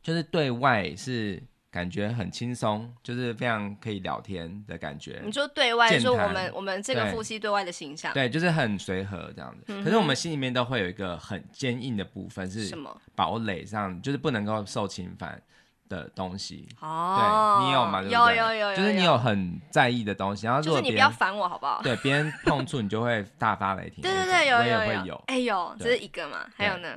S1: 就是对外是感觉很轻松，就是非常可以聊天的感觉
S2: 你。说对外
S1: 健
S2: 说我
S1: 谈
S2: 们我们这个
S1: 对
S2: 夫妻对外的形象
S1: 对，就是很随和这样子。可是我们心里面都会有一个很坚硬的部分，
S2: 嗯是什
S1: 是
S2: 么？
S1: 堡垒上，就是不能够受侵犯的东西。
S2: 哦，
S1: 对你有吗？对不
S2: 有
S1: 对
S2: 有有有，
S1: 就是你有很在意的东西，然后如
S2: 有，就
S1: 果
S2: 是你
S1: 别
S2: 不要
S1: 人
S2: 烦我好不好？
S1: 对别人碰触，你就会大发
S2: *laughs*
S1: 雷霆那
S2: 对
S1: 种。
S2: 对对，有
S1: 我也
S2: 有
S1: 会有。
S2: 哎有，这
S1: 对
S2: 是一个嘛？还有呢？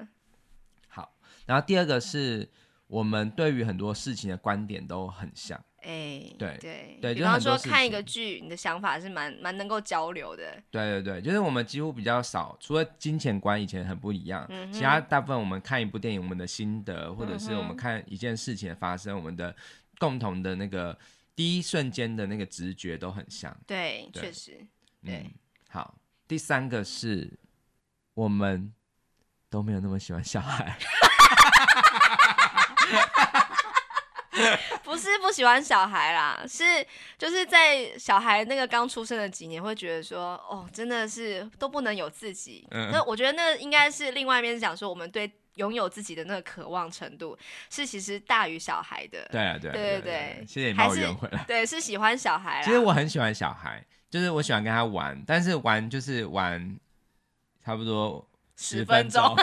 S1: 好，然后第二个是我们对于很多事情的观点都很像。
S2: 哎，
S1: 对
S2: 对
S1: 对
S2: 比
S1: 就是
S2: 方
S1: 很多
S2: 说
S1: 事
S2: 看一
S1: 情
S2: 个剧，你的想法是蛮蛮能够交流的。
S1: 对对对，就是我们几乎比较少，除了金钱观以前很不一样，
S2: 嗯哼
S1: 其他大部分我们看一部电影，我们的心得，或者是
S2: 嗯哼
S1: 我们看一件事情的发生，我们的共同的那个第一瞬间的那个直觉都很像。
S2: 对，
S1: 对
S2: 确实，对
S1: 嗯，好，第三个是我们都没有那么喜欢小
S2: *laughs*
S1: 孩，
S2: 不是不喜欢小孩啦，是就是在小孩那个刚出生的几年，会觉得说，哦，真的是都不能有自己。
S1: 嗯
S2: 那我觉得那应该是另外一边是讲说，我们对拥有自己的那个渴望程度，是其实大于小孩的。
S1: 对啊对啊
S2: 对
S1: 对啊
S2: 对对
S1: 谢谢你
S2: 还
S1: 把我
S2: 是
S1: 圆回来。
S2: 对，是喜欢小孩啦。
S1: 其实我很喜欢小孩，就是我喜欢跟他玩，但是玩就是玩差不多
S2: 十
S1: 10
S2: 分钟，
S1: *laughs*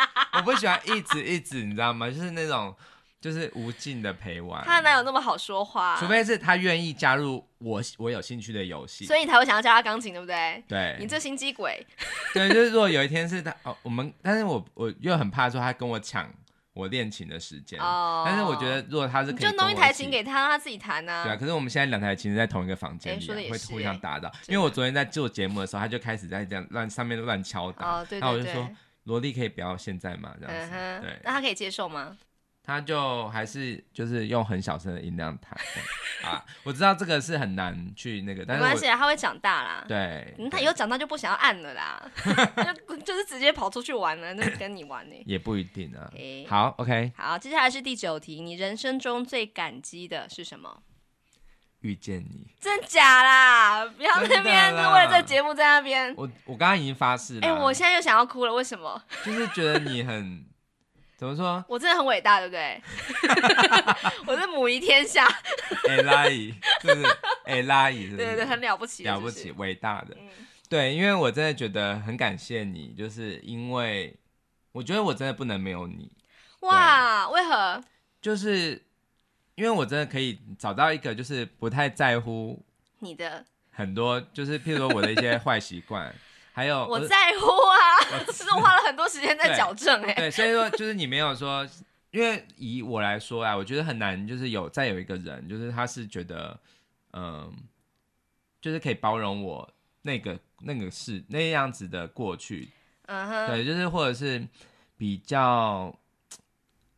S2: *laughs*
S1: 我不喜欢一直一直，你知道吗？就是那种就是无尽的陪玩，
S2: 他哪有那么好说话、
S1: 除非是他愿意加入我我有兴趣的游戏
S2: 所。以你才会想要教他钢琴，对不对？你
S1: 对，
S2: 这心机鬼，
S1: *laughs* 对，就是如果有一天是他哦，我们，但是我我又很怕说他跟我抢我练琴的时间。
S2: 哦
S1: 但是我觉得如果他是可
S2: 你
S1: 以
S2: 就
S1: 跟
S2: 弄
S1: 我
S2: 一
S1: 一
S2: 台
S1: 起
S2: 琴给他，让他自己弹呐、
S1: 对啊，可是我们现在两台琴是在同一个房间
S2: 哎
S1: 里、
S2: 说
S1: 啊
S2: 得也
S1: 会
S2: 是
S1: 互
S2: 哎
S1: 相打扰。
S2: 真
S1: 因为我
S2: 的
S1: 昨天在做节目的时候，他就开始在这样乱上面乱敲打，
S2: 哦，对
S1: 那我
S2: 对
S1: 就
S2: 对，
S1: 说萝莉可以不要现在嘛，这样
S2: 嗯
S1: 子。
S2: 哼，
S1: 对，
S2: 那他可以接受吗？
S1: 他就还是就是用很小声的音量弹这样啊。我知道这个是很难去那个，但是
S2: 没关
S1: 我
S2: 系啊，他会长大啦。
S1: 对，
S2: 嗯，他
S1: 对
S2: 以后长大就不想要按
S1: *laughs*
S2: 了啦，就就是直接跑出去玩了，那跟你玩呢、
S1: 也不一定啊。
S2: 诶
S1: 好，OK，
S2: 好，接下来是第九题，你人生中最感激的是什么？
S1: 遇见你，
S2: 真假啦？不要那
S1: 真
S2: 边
S1: 的
S2: 是
S1: 啦
S2: 为了这节目在那
S1: *laughs*
S2: 边。
S1: 我我刚刚已经发誓了
S2: 哎、
S1: 啊，
S2: 我现在又想要哭了，为什么？
S1: 就是觉得你很怎么说，
S2: 我真的很伟大，对
S1: *laughs*
S2: 不对？我是母仪天下，
S1: 哎拉姨，是不是？哎拉姨，是不
S2: 对对
S1: 是
S2: 对，很了不起，
S1: 了不
S2: 是
S1: 起，
S2: 是。
S1: 伟大的。
S2: 嗯
S1: 对，因为我真的觉得很感谢你，就是因为我觉得我真的不能没有你，
S2: 哇，为何？
S1: 就是因为我真的可以找到一个就是不太在乎
S2: 你的
S1: 很多，就是譬如说我的一
S2: *laughs*
S1: 些坏习惯，还有呃
S2: 我在乎 *laughs* 啊，是我花了很多时间在
S1: 对
S2: 矫正哎、
S1: *laughs* 对，所以说就是你没有说，因为以我来说啊，我觉得很难，就是有再有一个人，就是他是觉得，嗯，就是可以包容我那个那个是那样子的过去，
S2: 嗯哼，
S1: 对，就是或者是比较，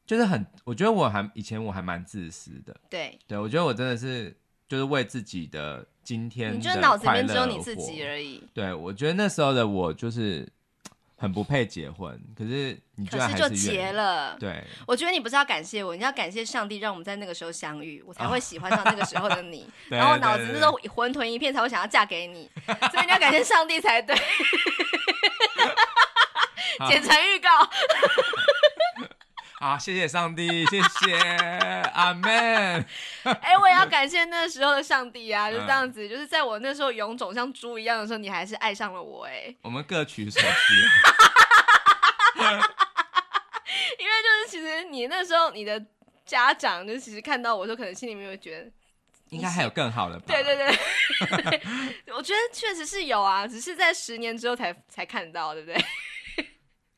S1: 就是很，我觉得我还以前我还蛮自私的，
S2: 对，
S1: 对我觉得我真的是就是为自己的今天
S2: 你就
S1: 的
S2: 是脑子里
S1: 快
S2: 面只有
S1: 乐
S2: 你自己
S1: 活
S2: 而已。
S1: 对，我觉得那时候的我就是很不配结婚，可是你居
S2: 可
S1: 然
S2: 是
S1: 还
S2: 就是
S1: 愿
S2: 结
S1: 意。
S2: 了。
S1: 对，
S2: 我觉得你不是要感谢我，你要感谢上帝让我们在那个时候相遇，我才会喜欢上那个时候的你，
S1: *laughs* 对
S2: 然后
S1: 对
S2: 脑
S1: 对
S2: 子
S1: 对
S2: 那时候混沌一片，才会想要嫁给你， *laughs* 所以你要感谢上帝才对。 *laughs*
S1: 好
S2: 剪成预告，
S1: 好，谢谢上帝， *laughs* 谢谢阿门。
S2: 哎、我也要感谢那时候的上帝啊，就
S1: 嗯
S2: 这样子，就是在我那时候臃肿像猪一样的时候，你还是爱上了我、哎，
S1: 我们各取所需。啊
S2: 因为就是其实你那时候你的家长就其实看到我，就可能心里面会觉得
S1: 应该还有更好的吧？
S2: 对对对，
S1: *laughs*
S2: 我觉得确实是有啊，只是在十年之后才才看到，对不对？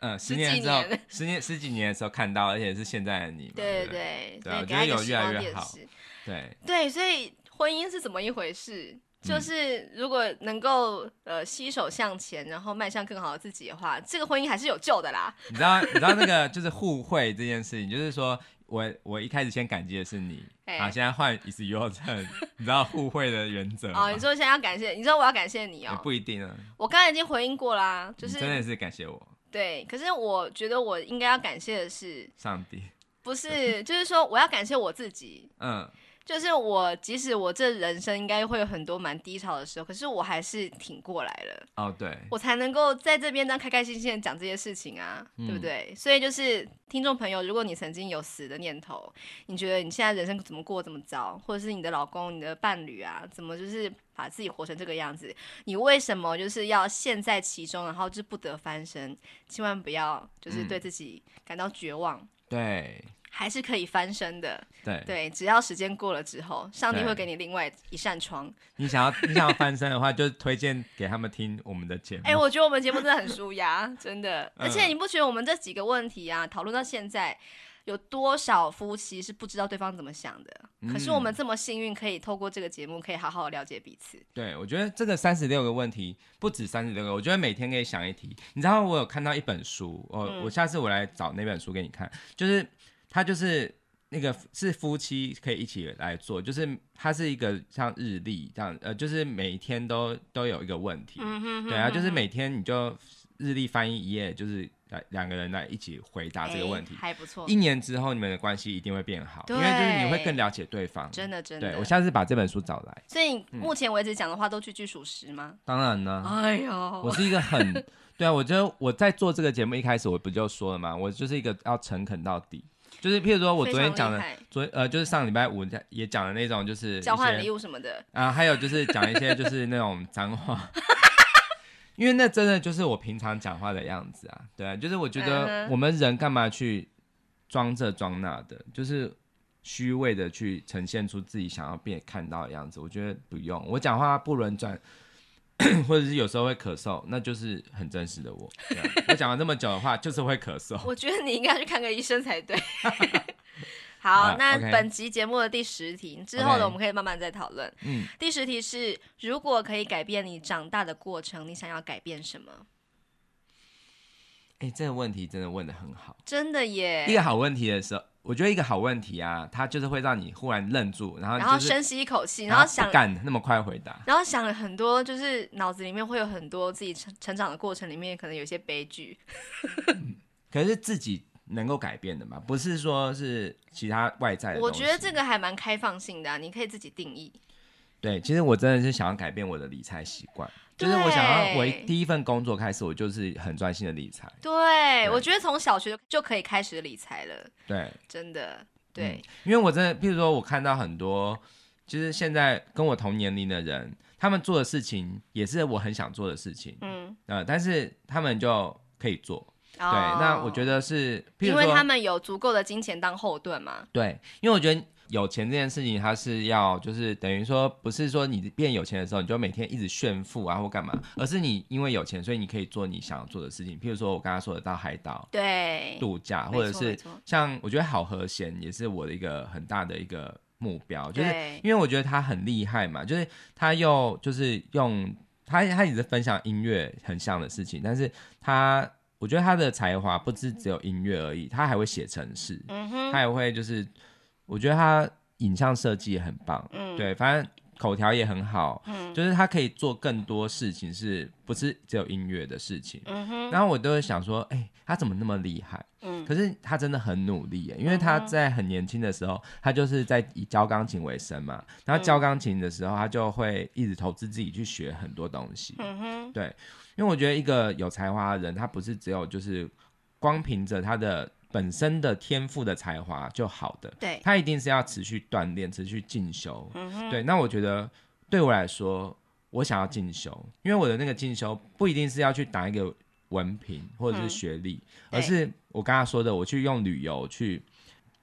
S1: 嗯，十
S2: 十
S1: 年
S2: 几
S1: 之后
S2: 年，
S1: 十年十几年的时候看到，而且是现在的你嘛。
S2: 对
S1: 不
S2: 对
S1: *laughs* 对啊我
S2: 对，给
S1: 觉
S2: 他
S1: 得
S2: 一个
S1: 有
S2: 希
S1: 越来
S2: 望
S1: 越
S2: 电
S1: 好
S2: 视。
S1: 对
S2: 对，所以婚姻是怎么一回事？
S1: 嗯
S2: 就是如果能够呃携手向前，然后迈向更好的自己的话，这个婚姻还是有救的啦。
S1: 你知道你知道那个就是互惠这件事情，就是说我我一开始先感激的是你，
S2: 哎
S1: 好，现在换 is your turn，你知道互惠的原 *laughs* 则吗
S2: 哦，你说现在要感谢，你知道我要感谢你
S1: 也
S2: 哦。
S1: 不一定啊，
S2: 我刚才已经回应过啦，就
S1: 你真的
S2: 是
S1: 是感谢我
S2: 对，可是我觉得我应该要感谢的是，
S1: 上帝，
S2: 不是就是说我要感谢我自己，
S1: 嗯，
S2: 就是我，即使我这人生应该会有很多蛮低潮的时候，可是我还是挺过来了，
S1: 哦对，
S2: 我才能够在这边这样开开心心的讲这些事情啊，
S1: 嗯
S2: 对不对？所以就是听众朋友，如果你曾经有死的念头，你觉得你现在人生怎么过这么糟，或者是你的老公、你的伴侣啊，怎么就是把自己活成这个样子？你为什么就是要陷在其中，然后就不得翻身？千万不要就是
S1: 嗯
S2: 对自己感到绝望，
S1: 对
S2: 还是可以翻身的。
S1: 对
S2: 对，只要时间过了之后，上帝
S1: 对
S2: 会给你另外一扇窗。
S1: 你想要你想要翻身的话，就推荐给他们听我们的节目。
S2: *laughs* 哎、我觉得我们节目真的很舒压，真的。
S1: 嗯
S2: 而且你不觉得我们这几个问题啊，讨论到现在，有多少夫妻是不知道对方怎么想的？可是我
S1: 嗯
S2: 们这么幸运，可以透过这个节目，可以好好了解彼此。
S1: 对，我觉得这个三十六个问题不止三十六个，我觉得每天可以想一题。你知道我有看到一本书，我、
S2: 嗯
S1: 我下次我来找那本书给你看，就是它就是那个是夫妻可以一起来做，就是它是一个像日历这样，呃，就是每天都都有一个问题，
S2: 嗯哼哼
S1: 对啊，就是每天你就日历翻一页，就是来两个人来一起回答这个问题。
S2: 哎还不错
S1: 一，年之后，你们的关系一定会变好，因
S2: 对
S1: 为就是你会更了解对方。
S2: 真的真
S1: 对，我嗯
S2: 的。
S1: 下次把这本书找来。
S2: 所以你目前为止讲的话都句句属实吗？
S1: 当然呢，
S2: *laughs* 哎
S1: 啊我
S2: 呦，
S1: 是一个很对啊，我觉得我在做这个节目一开始我不就说了嘛，我就是一个要诚恳到底。就是譬如说，我昨天讲
S2: 非
S1: 的
S2: 常厉害，
S1: 昨呃就是上礼拜五也讲的那种，就是一
S2: 交换礼
S1: 些
S2: 物什么的，
S1: 啊，还有就是讲一些就是那种脏
S2: *laughs*
S1: 话，因为那真的就是我平常讲话的样子啊。对啊，就是我觉
S2: 嗯
S1: 得
S2: 哼
S1: 我们人干嘛去装这装那的，就是虚伪的去呈现出自己想要被看到的样子。我觉得不用，我讲话不轮转， *coughs* 或者是有时候会咳嗽，那就是很真实的我。对啊我讲了那么久的话，就是会咳嗽。
S2: 我觉得你应该去看个医生
S1: *laughs*
S2: 才对。 *laughs*
S1: 啊
S2: 好，那
S1: OK
S2: 本集节目的第十题之后
S1: OK
S2: 的，我们可以慢慢再讨论。
S1: 嗯，
S2: 第十题是：如果可以改变你长大的过程，你想要改变什么？
S1: 哎、这个问题真的问的很好。
S2: 真的
S1: 一
S2: 耶！
S1: 个好问题的时候，我觉得一个好问题啊，它就是会让你忽然愣住，然后你
S2: 然后
S1: 就是
S2: 深吸一口气，
S1: 然
S2: 然后想
S1: 不，敢那么快回答。
S2: 然后想了很多，就是脑子里面会有很多自己成成长的过程里面，可能有一些悲剧。
S1: 可是自己能够改变的嘛，不是说是其他外在的东
S2: 我
S1: 西。
S2: 觉得这个还蛮开放性的、啊，你可以自己定义。
S1: 对，其实我真的是想要改变我的理财习惯，就是
S2: 对
S1: 我想要我一第一份工作开始，我就是很专心的理财。
S2: 对，我觉得从小学就可以开始理财了，
S1: 对，
S2: 真的。对，
S1: 因为我真的，譬如说我看到很多，就是现在跟我同年龄的人，他们做的事情也是我很想做的事情，
S2: 嗯，哦
S1: 呃，但是他们就可以做。
S2: 对
S1: 对，那我觉得是，譬如
S2: 因
S1: 说
S2: 为他们有足够的金钱当后盾嘛。
S1: 对，因为我觉得有钱这件事情，它是要就是等于说，不是说你变有钱的时候，你就每天一直炫富啊或干嘛，而是你因为有钱，所以你可以做你想要做的事情。譬如说我刚刚说的到海岛
S2: 对，
S1: 度假，
S2: 没
S1: 啊或者
S2: 错没
S1: 是
S2: 错
S1: 像我觉得好和弦也是我的一个很大的一个目标，就是
S2: 对
S1: 因为我觉得他很厉害嘛，就是他又就是用他他也是分享音乐很像的事情，但是他我觉得他的才华不是只有音乐而已，他还会写程式，
S2: 嗯哼，
S1: 他也会就是，我觉得他影像设计也很棒，
S2: 嗯，
S1: 对，反正口条也很好，
S2: 嗯
S1: 就是他可以做更多事情，是不是只有音乐的事情？
S2: 嗯哼，
S1: 然后我都会想说，哎、他怎么那么厉害？
S2: 嗯
S1: 可是他真的很努力耶，因为他在很年轻的时候，他就是在以教钢琴为生嘛。然后
S2: 嗯
S1: 教钢琴的时候，他就会一直投资自己去学很多东西。
S2: 嗯哼，
S1: 对，因为我觉得一个有才华的人，他不是只有就是光凭着他的本身的天赋的才华就好的，
S2: 对，
S1: 他一定是要持续锻炼、持续进修。
S2: 嗯哼，
S1: 对，那我觉得对我来说，我想要进修，因为我的那个进修不一定是要去打一个文凭或者是
S2: 嗯
S1: 学历，
S2: 对
S1: 而是我刚刚说的，我去用旅游去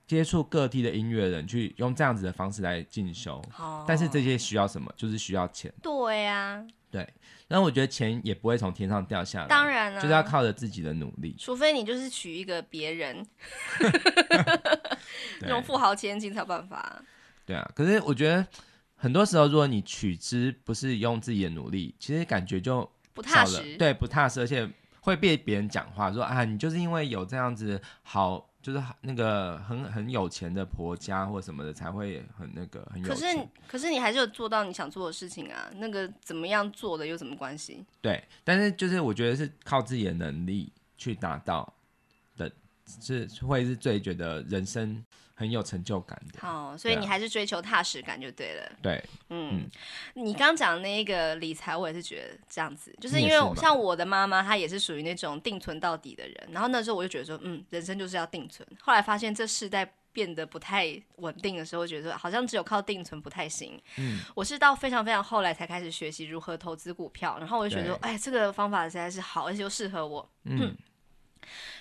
S1: 接触各地的音乐人，去用这样子的方式来进修。
S2: 好，
S1: 但是这些需要什么？就是需要钱。
S2: 对啊，
S1: 然后我觉得钱也不会从天上掉下来，
S2: 当然了，啊
S1: 就是要靠着自己的努力。
S2: 除非你就是娶一个别人那
S1: 对
S2: 种富豪千金才有办法。
S1: 对啊，可是我觉得很多时候，如果你取之不是用自己的努力，其实感觉就
S2: 不踏
S1: 少了，
S2: 实，
S1: 对，不踏实，而且会被别人讲话说啊，你就是因为有这样子好，就是好那个很很有钱的婆家或什么的，才会很那个很有
S2: 可是
S1: 钱。
S2: 可是你还是有做到你想做的事情啊，那个怎么样做的有什么关系？
S1: 对，但是就是我觉得是靠自己的能力去达到的，是会是最觉得人生很有成就感的。
S2: 好，所以
S1: 对啊
S2: 你还是追求踏实感就对了。
S1: 对，
S2: 嗯，你刚讲的那一个理财，我也是觉得这样子，就是
S1: 你
S2: 因
S1: 也
S2: 为
S1: 是
S2: 我
S1: 吗
S2: 像我的妈妈，她也是属于那种定存到底的人，然后那时候我就觉得说，嗯，人生就是要定存。后来发现这世代变得不太稳定的时候，觉得说好像只有靠定存不太行。
S1: 嗯，
S2: 我是到非常非常后来才开始学习如何投资股票，然后我就觉得说，哎，这个方法实在是好，而且又适合我。
S1: 嗯，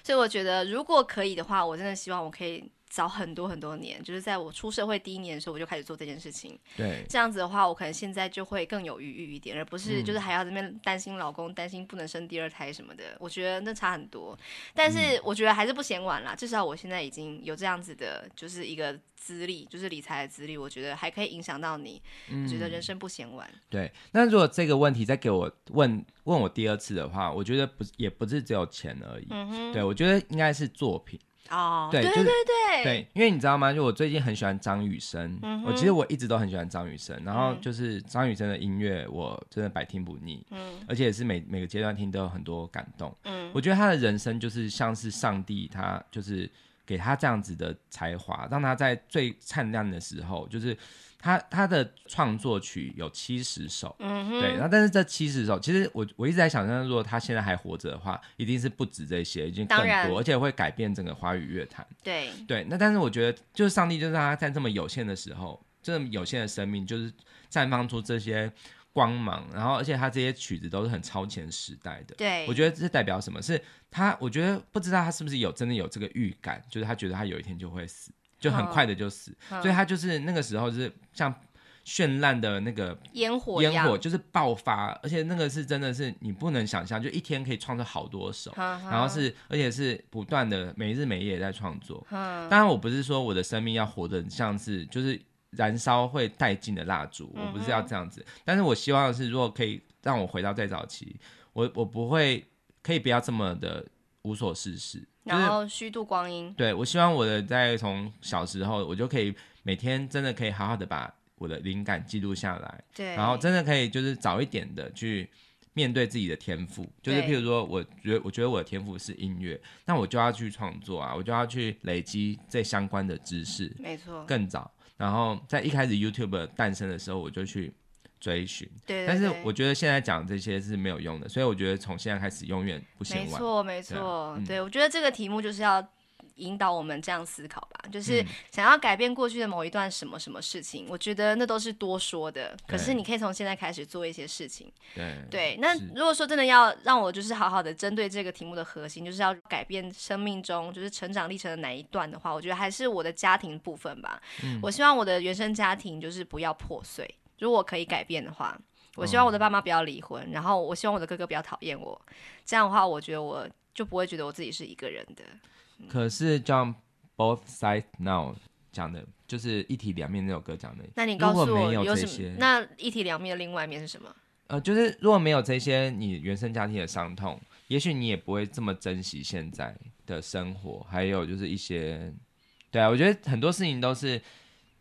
S2: 所以我觉得，如果可以的话，我真的希望我可以早很多很多年，就是在我出社会第一年的时候，我就开始做这件事情。
S1: 对，
S2: 这样子的话，我可能现在就会更有余裕一点，而
S1: 嗯
S2: 不是就是还要这边担心老公，担心不能生第二胎什么的。我觉得那差很多，但是
S1: 嗯
S2: 我觉得还是不嫌晚啦。至少我现在已经有这样子的，就是一个资历，就是理财的资历，我觉得还可以影响到你。我觉得
S1: 嗯
S2: 人生不嫌晚。
S1: 对，那如果这个问题再给我问问我第二次的话，我觉得不是也不是只有钱而已，
S2: 嗯哼，
S1: 对我觉得应该是作品。
S2: 哦，
S1: 对
S2: 对
S1: 就是
S2: 对，
S1: 对，因为你知道吗？就我最近很喜欢张雨生，
S2: 嗯哼
S1: 我其实我一直都很喜欢张雨生，然后
S2: 嗯
S1: 就是张雨生的音乐，我真的百听不腻，
S2: 嗯
S1: 而且也是每每个阶段听都有很多感动。
S2: 嗯
S1: 我觉得他的人生就是像是上帝，他就是给他这样子的才华，让他在最灿烂的时候，就是他他的创作曲有七十首。
S2: 嗯哼，
S1: 对，然后但是这七十首，其实我我一直在想象，如果他现在还活着的话，一定是不止这些，已经更
S2: 当然
S1: 多，而且会改变整个华语乐坛。
S2: 对
S1: 对，那但是我觉得，就是上帝就让他在这么有限的时候，这么有限的生命，就是绽放出这些光芒，然后而且他这些曲子都是很超前时代的。
S2: 对，
S1: 我觉得这代表什么？是他，我觉得不知道他是不是有真的有这个预感，就是他觉得他有一天就会死，就
S2: 嗯
S1: 很快的就死，所以他就是那个时候就是像绚烂的那个
S2: 烟火一
S1: 烟
S2: 样
S1: 火，就是爆发，而且那个是真的是你不能想象，就一天可以创作好多首，然
S2: 然
S1: 后是而且是不断的每日每夜在创作。
S2: 嗯
S1: 当然，我不是说我的生命要活得像是就是燃烧会殆尽的蜡烛，我不是要
S2: 嗯
S1: 这样子。但是我希望的是，如果可以让我回到最早期，我我不会可以不要这么的无所事事，就
S2: 然
S1: 是
S2: 后虚度光阴，
S1: 对我希望我的在从小时候，我就可以每天真的可以好好的把我的灵感记录下来，
S2: 对，
S1: 然后真的可以就是早一点的去面对自己的天赋，就是
S2: 对
S1: 譬如说，我觉得我觉得我的天赋是音乐，那我就要去创作啊，我就要去累积这相关的知识
S2: 没错，
S1: 更早，然后在一开始 YouTube 诞生的时候，我就去追寻。
S2: 对对
S1: 但是
S2: 对
S1: 我觉得现在讲这些是没有用的，所以我觉得从现在开始永远不
S2: 没
S1: 嫌晚。
S2: 错，没
S1: 对啊
S2: 错，
S1: 嗯
S2: 对我觉得这个题目就是要引导我们这样思考吧，
S1: 嗯
S2: 就是想要改变过去的某一段什么什么事情，我觉得那都是多说的，可是
S1: 对
S2: 你可以从现在开始做一些事情。
S1: 对
S2: 对，那
S1: 是
S2: 如果说真的要让我就是好好的针对这个题目的核心，就是要改变生命中就是成长历程的哪一段的话，我觉得还是我的家庭部分吧。
S1: 嗯
S2: 我希望我的原生家庭就是不要破碎，如果可以改变的话，我希望我
S1: 哦
S2: 的爸妈不要离婚，然后我希望我的哥哥不要讨厌我，这样的话，我觉得我就不会觉得我自己是一个人的。
S1: 可是像 Both Sides Now 讲的，就是一体两面那首歌讲的，
S2: 那你
S1: 如
S2: 告
S1: 果
S2: 诉
S1: 没
S2: 我
S1: 有
S2: 有
S1: 这
S2: 什
S1: 些
S2: 么？那一体两面的另外一面是什么？
S1: 呃，就是如果没有这些你原生家庭的伤痛，也许你也不会这么珍惜现在的生活，还有就是一些，对啊，我觉得很多事情都是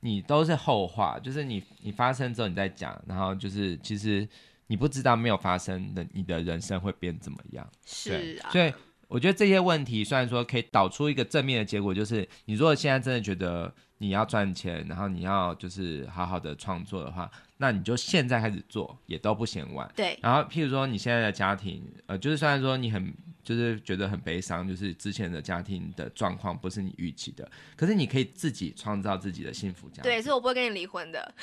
S1: 你都是后话，就是你你发生之后你再讲，然后就是其实你不知道没有发生的你的人生会变怎么样，对
S2: 是啊，
S1: 所以。我觉得这些问题虽然说可以导出一个正面的结果，就是你如果现在真的觉得你要赚钱，然后你要就是好好的创作的话，那你就现在开始做也都不嫌晚。
S2: 对，
S1: 然后，譬如说你现在的家庭，呃，就是虽然说你很就是觉得很悲伤，就是之前的家庭的状况不是你预期的，可是你可以自己创造自己的幸福家庭。
S2: 对，所以我不会跟你离婚的。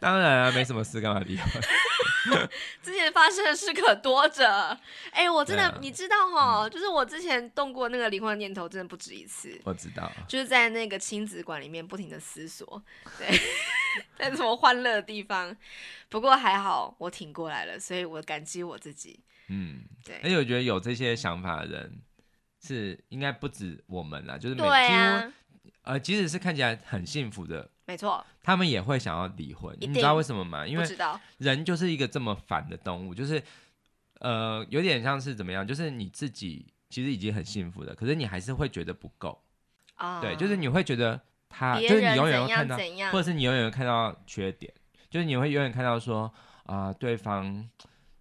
S1: 当然啊，没什么事干嘛离婚？ *laughs*
S2: 之前发生的事可多着， *laughs* 哎、我真的，
S1: 对啊
S2: 你知道哈，就是我之前动过那个离婚的念头，真的不止一次，
S1: 我知道，
S2: 就是在那个亲子馆里面不停的思索，对， *laughs* 在什么欢乐的地方，不过还好我挺过来了，所以我感激我自己，
S1: 嗯，
S2: 对
S1: 而且我觉得有这些想法的人是应该不止我们啦，就是每
S2: 对
S1: 几乎
S2: 啊，
S1: 呃，即使是看起来很幸福的，
S2: 没错，
S1: 他们也会想要离婚。
S2: 一
S1: 你知道
S2: 定
S1: 为什么吗？因
S2: 不
S1: 为
S2: 知道，
S1: 人就是一个这么烦的动物，就是呃，有点像是怎么样，就是你自己其实已经很幸福了，可是你还是会觉得不够，
S2: 啊，
S1: 对，就是你会觉得他，就
S2: 别
S1: 是你
S2: 人
S1: 永远
S2: 怎
S1: 会看
S2: 样
S1: 到，
S2: 怎样
S1: 或者，是你永远会看到缺点，就是你会永远看到说啊、对方，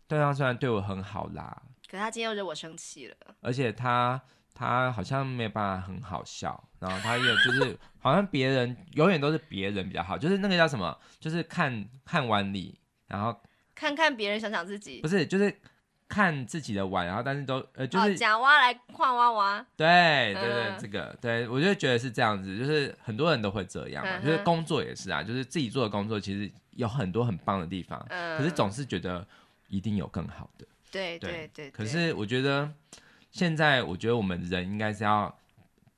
S1: 对方虽然对我很好啦，
S2: 可他今天又惹我生气了，
S1: 而且他他好像没有办法很好笑，然后他也就是
S2: *laughs*
S1: 好像别人永远都是别人比较好，就是那个叫什么，就是看看碗里，然后
S2: 看看别人，想想自己
S1: 不，是，就是看自己的碗，然后但是都呃，就是、
S2: 哦，假挖来换挖挖，
S1: 对对对，
S2: 嗯
S1: 这个对我就觉得是这样子，就是很多人都会这样嘛，
S2: 嗯哼
S1: 就是工作也是啊，就是自己做的工作其实有很多很棒的地方，
S2: 嗯，
S1: 可是总是觉得一定有更好的。
S2: 对
S1: 对
S2: 对对，
S1: 可
S2: 对
S1: 是我觉得现在，我觉得我们人应该是要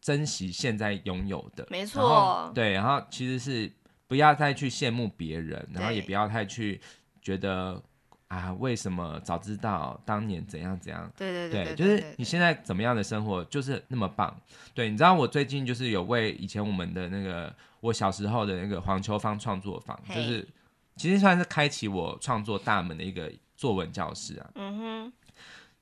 S1: 珍惜现在拥有的，
S2: 没
S1: 然后
S2: 错
S1: 对，然后其实是不要再去羡慕别人，然后也
S2: 对
S1: 不要太去觉得啊，为什么早知道当年怎样怎样。
S2: 对对
S1: 对，
S2: 对，
S1: 就是
S2: 对
S1: 你现在怎么样的生活，就是那么棒。对，你知道我最近就是有为以前我们的那个我小时候的那个黄秋芳创作坊，就
S2: 嘿
S1: 是其实算是开启我创作大门的一个作文教室啊。
S2: 嗯哼，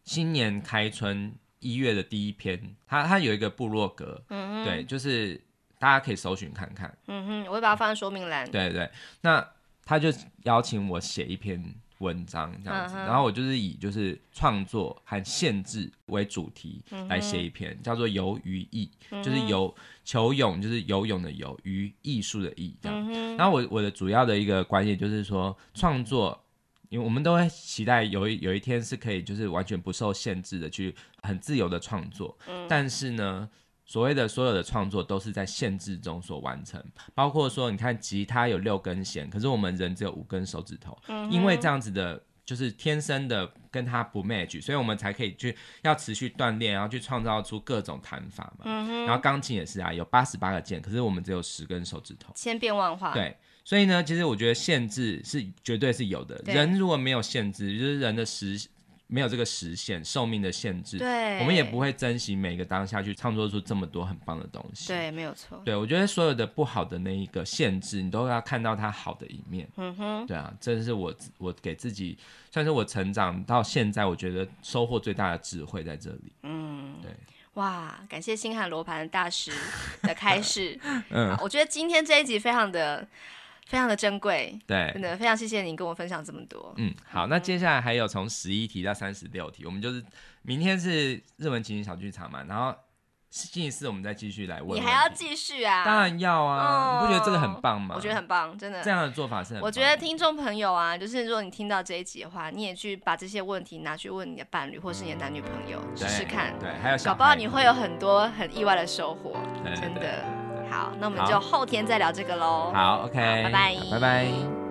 S1: 新年开春一月的第一篇，它它有一个部落格，
S2: 嗯哼，
S1: 对，，就是大家可以搜寻看看。
S2: 嗯哼，我会把它放在说明栏。
S1: 对对，那他就邀请我写一篇文章这样子，
S2: 嗯哼
S1: 然后我就是以就是创作和限制为主题
S2: 嗯
S1: 来写一篇，叫做《游于艺》，就是游求泳，就是游泳的游，于艺术的艺这样。
S2: 嗯哼，
S1: 然后我我的主要的一个观念就是说，创作，因为我们都会期待有一有一天是可以就是完全不受限制的去很自由的创作，但是呢。所谓的所有的创作都是在限制中所完成，包括说，你看吉他有六根弦，可是我们人只有五根手指头，因为这样子的，就是天生的跟它不 match，所以我们才可以去要持续锻炼，然后去创造出各种弹法嘛。
S2: 嗯
S1: 然后钢琴也是啊，有八十八个键，可是我们只有十根手指头。
S2: 千变万化。，
S1: 对，所以呢，其实我觉得限制是绝对是有的。
S2: 对
S1: 人如果没有限制，就是人的时没有这个时限，寿命的限制，
S2: 对，
S1: 我们也不会珍惜每个当下去创作出这么多很棒的东西。，
S2: 对，没有错。
S1: 对我觉得所有的不好的那一个限制，你都要看到它好的一面。
S2: 嗯哼，
S1: 对啊，这是我我给自己算是我成长到现在，我觉得收获最大的智慧在这里。
S2: 嗯，
S1: 对，
S2: 哇，感谢星汉罗盘大师的开示。
S1: *laughs* 嗯
S2: 好，我觉得今天这一集非常的非常的珍贵，真
S1: 对，
S2: 的非常谢谢你跟我分享这么多。
S1: 嗯，好，那接下来还有从十一题到三十六题，我们就是明天是日文情景小剧场嘛，然后星期四我们再继续来问
S2: 你
S1: 问
S2: 还要
S1: 题
S2: 继续啊？哦
S1: 当然要啊，你不觉得这个很棒吗？
S2: 我觉得很棒，真
S1: 这
S2: 的。
S1: 样的做法是很欸棒的，
S2: 我觉得听众朋友啊，就是如果你听到这一集的话，你也去把这些问题拿去问你的伴侣或是你的男女朋友
S1: 嗯
S2: 试
S1: 对
S2: 试看，
S1: 对，还有小
S2: 搞不好
S1: 孩
S2: 你会有很多很意外的收获，
S1: 对对
S2: 真
S1: 对
S2: 的。好，那我们
S1: 好
S2: 就后天再聊这个喽。
S1: 好，OK，
S2: 好拜拜
S1: 拜拜。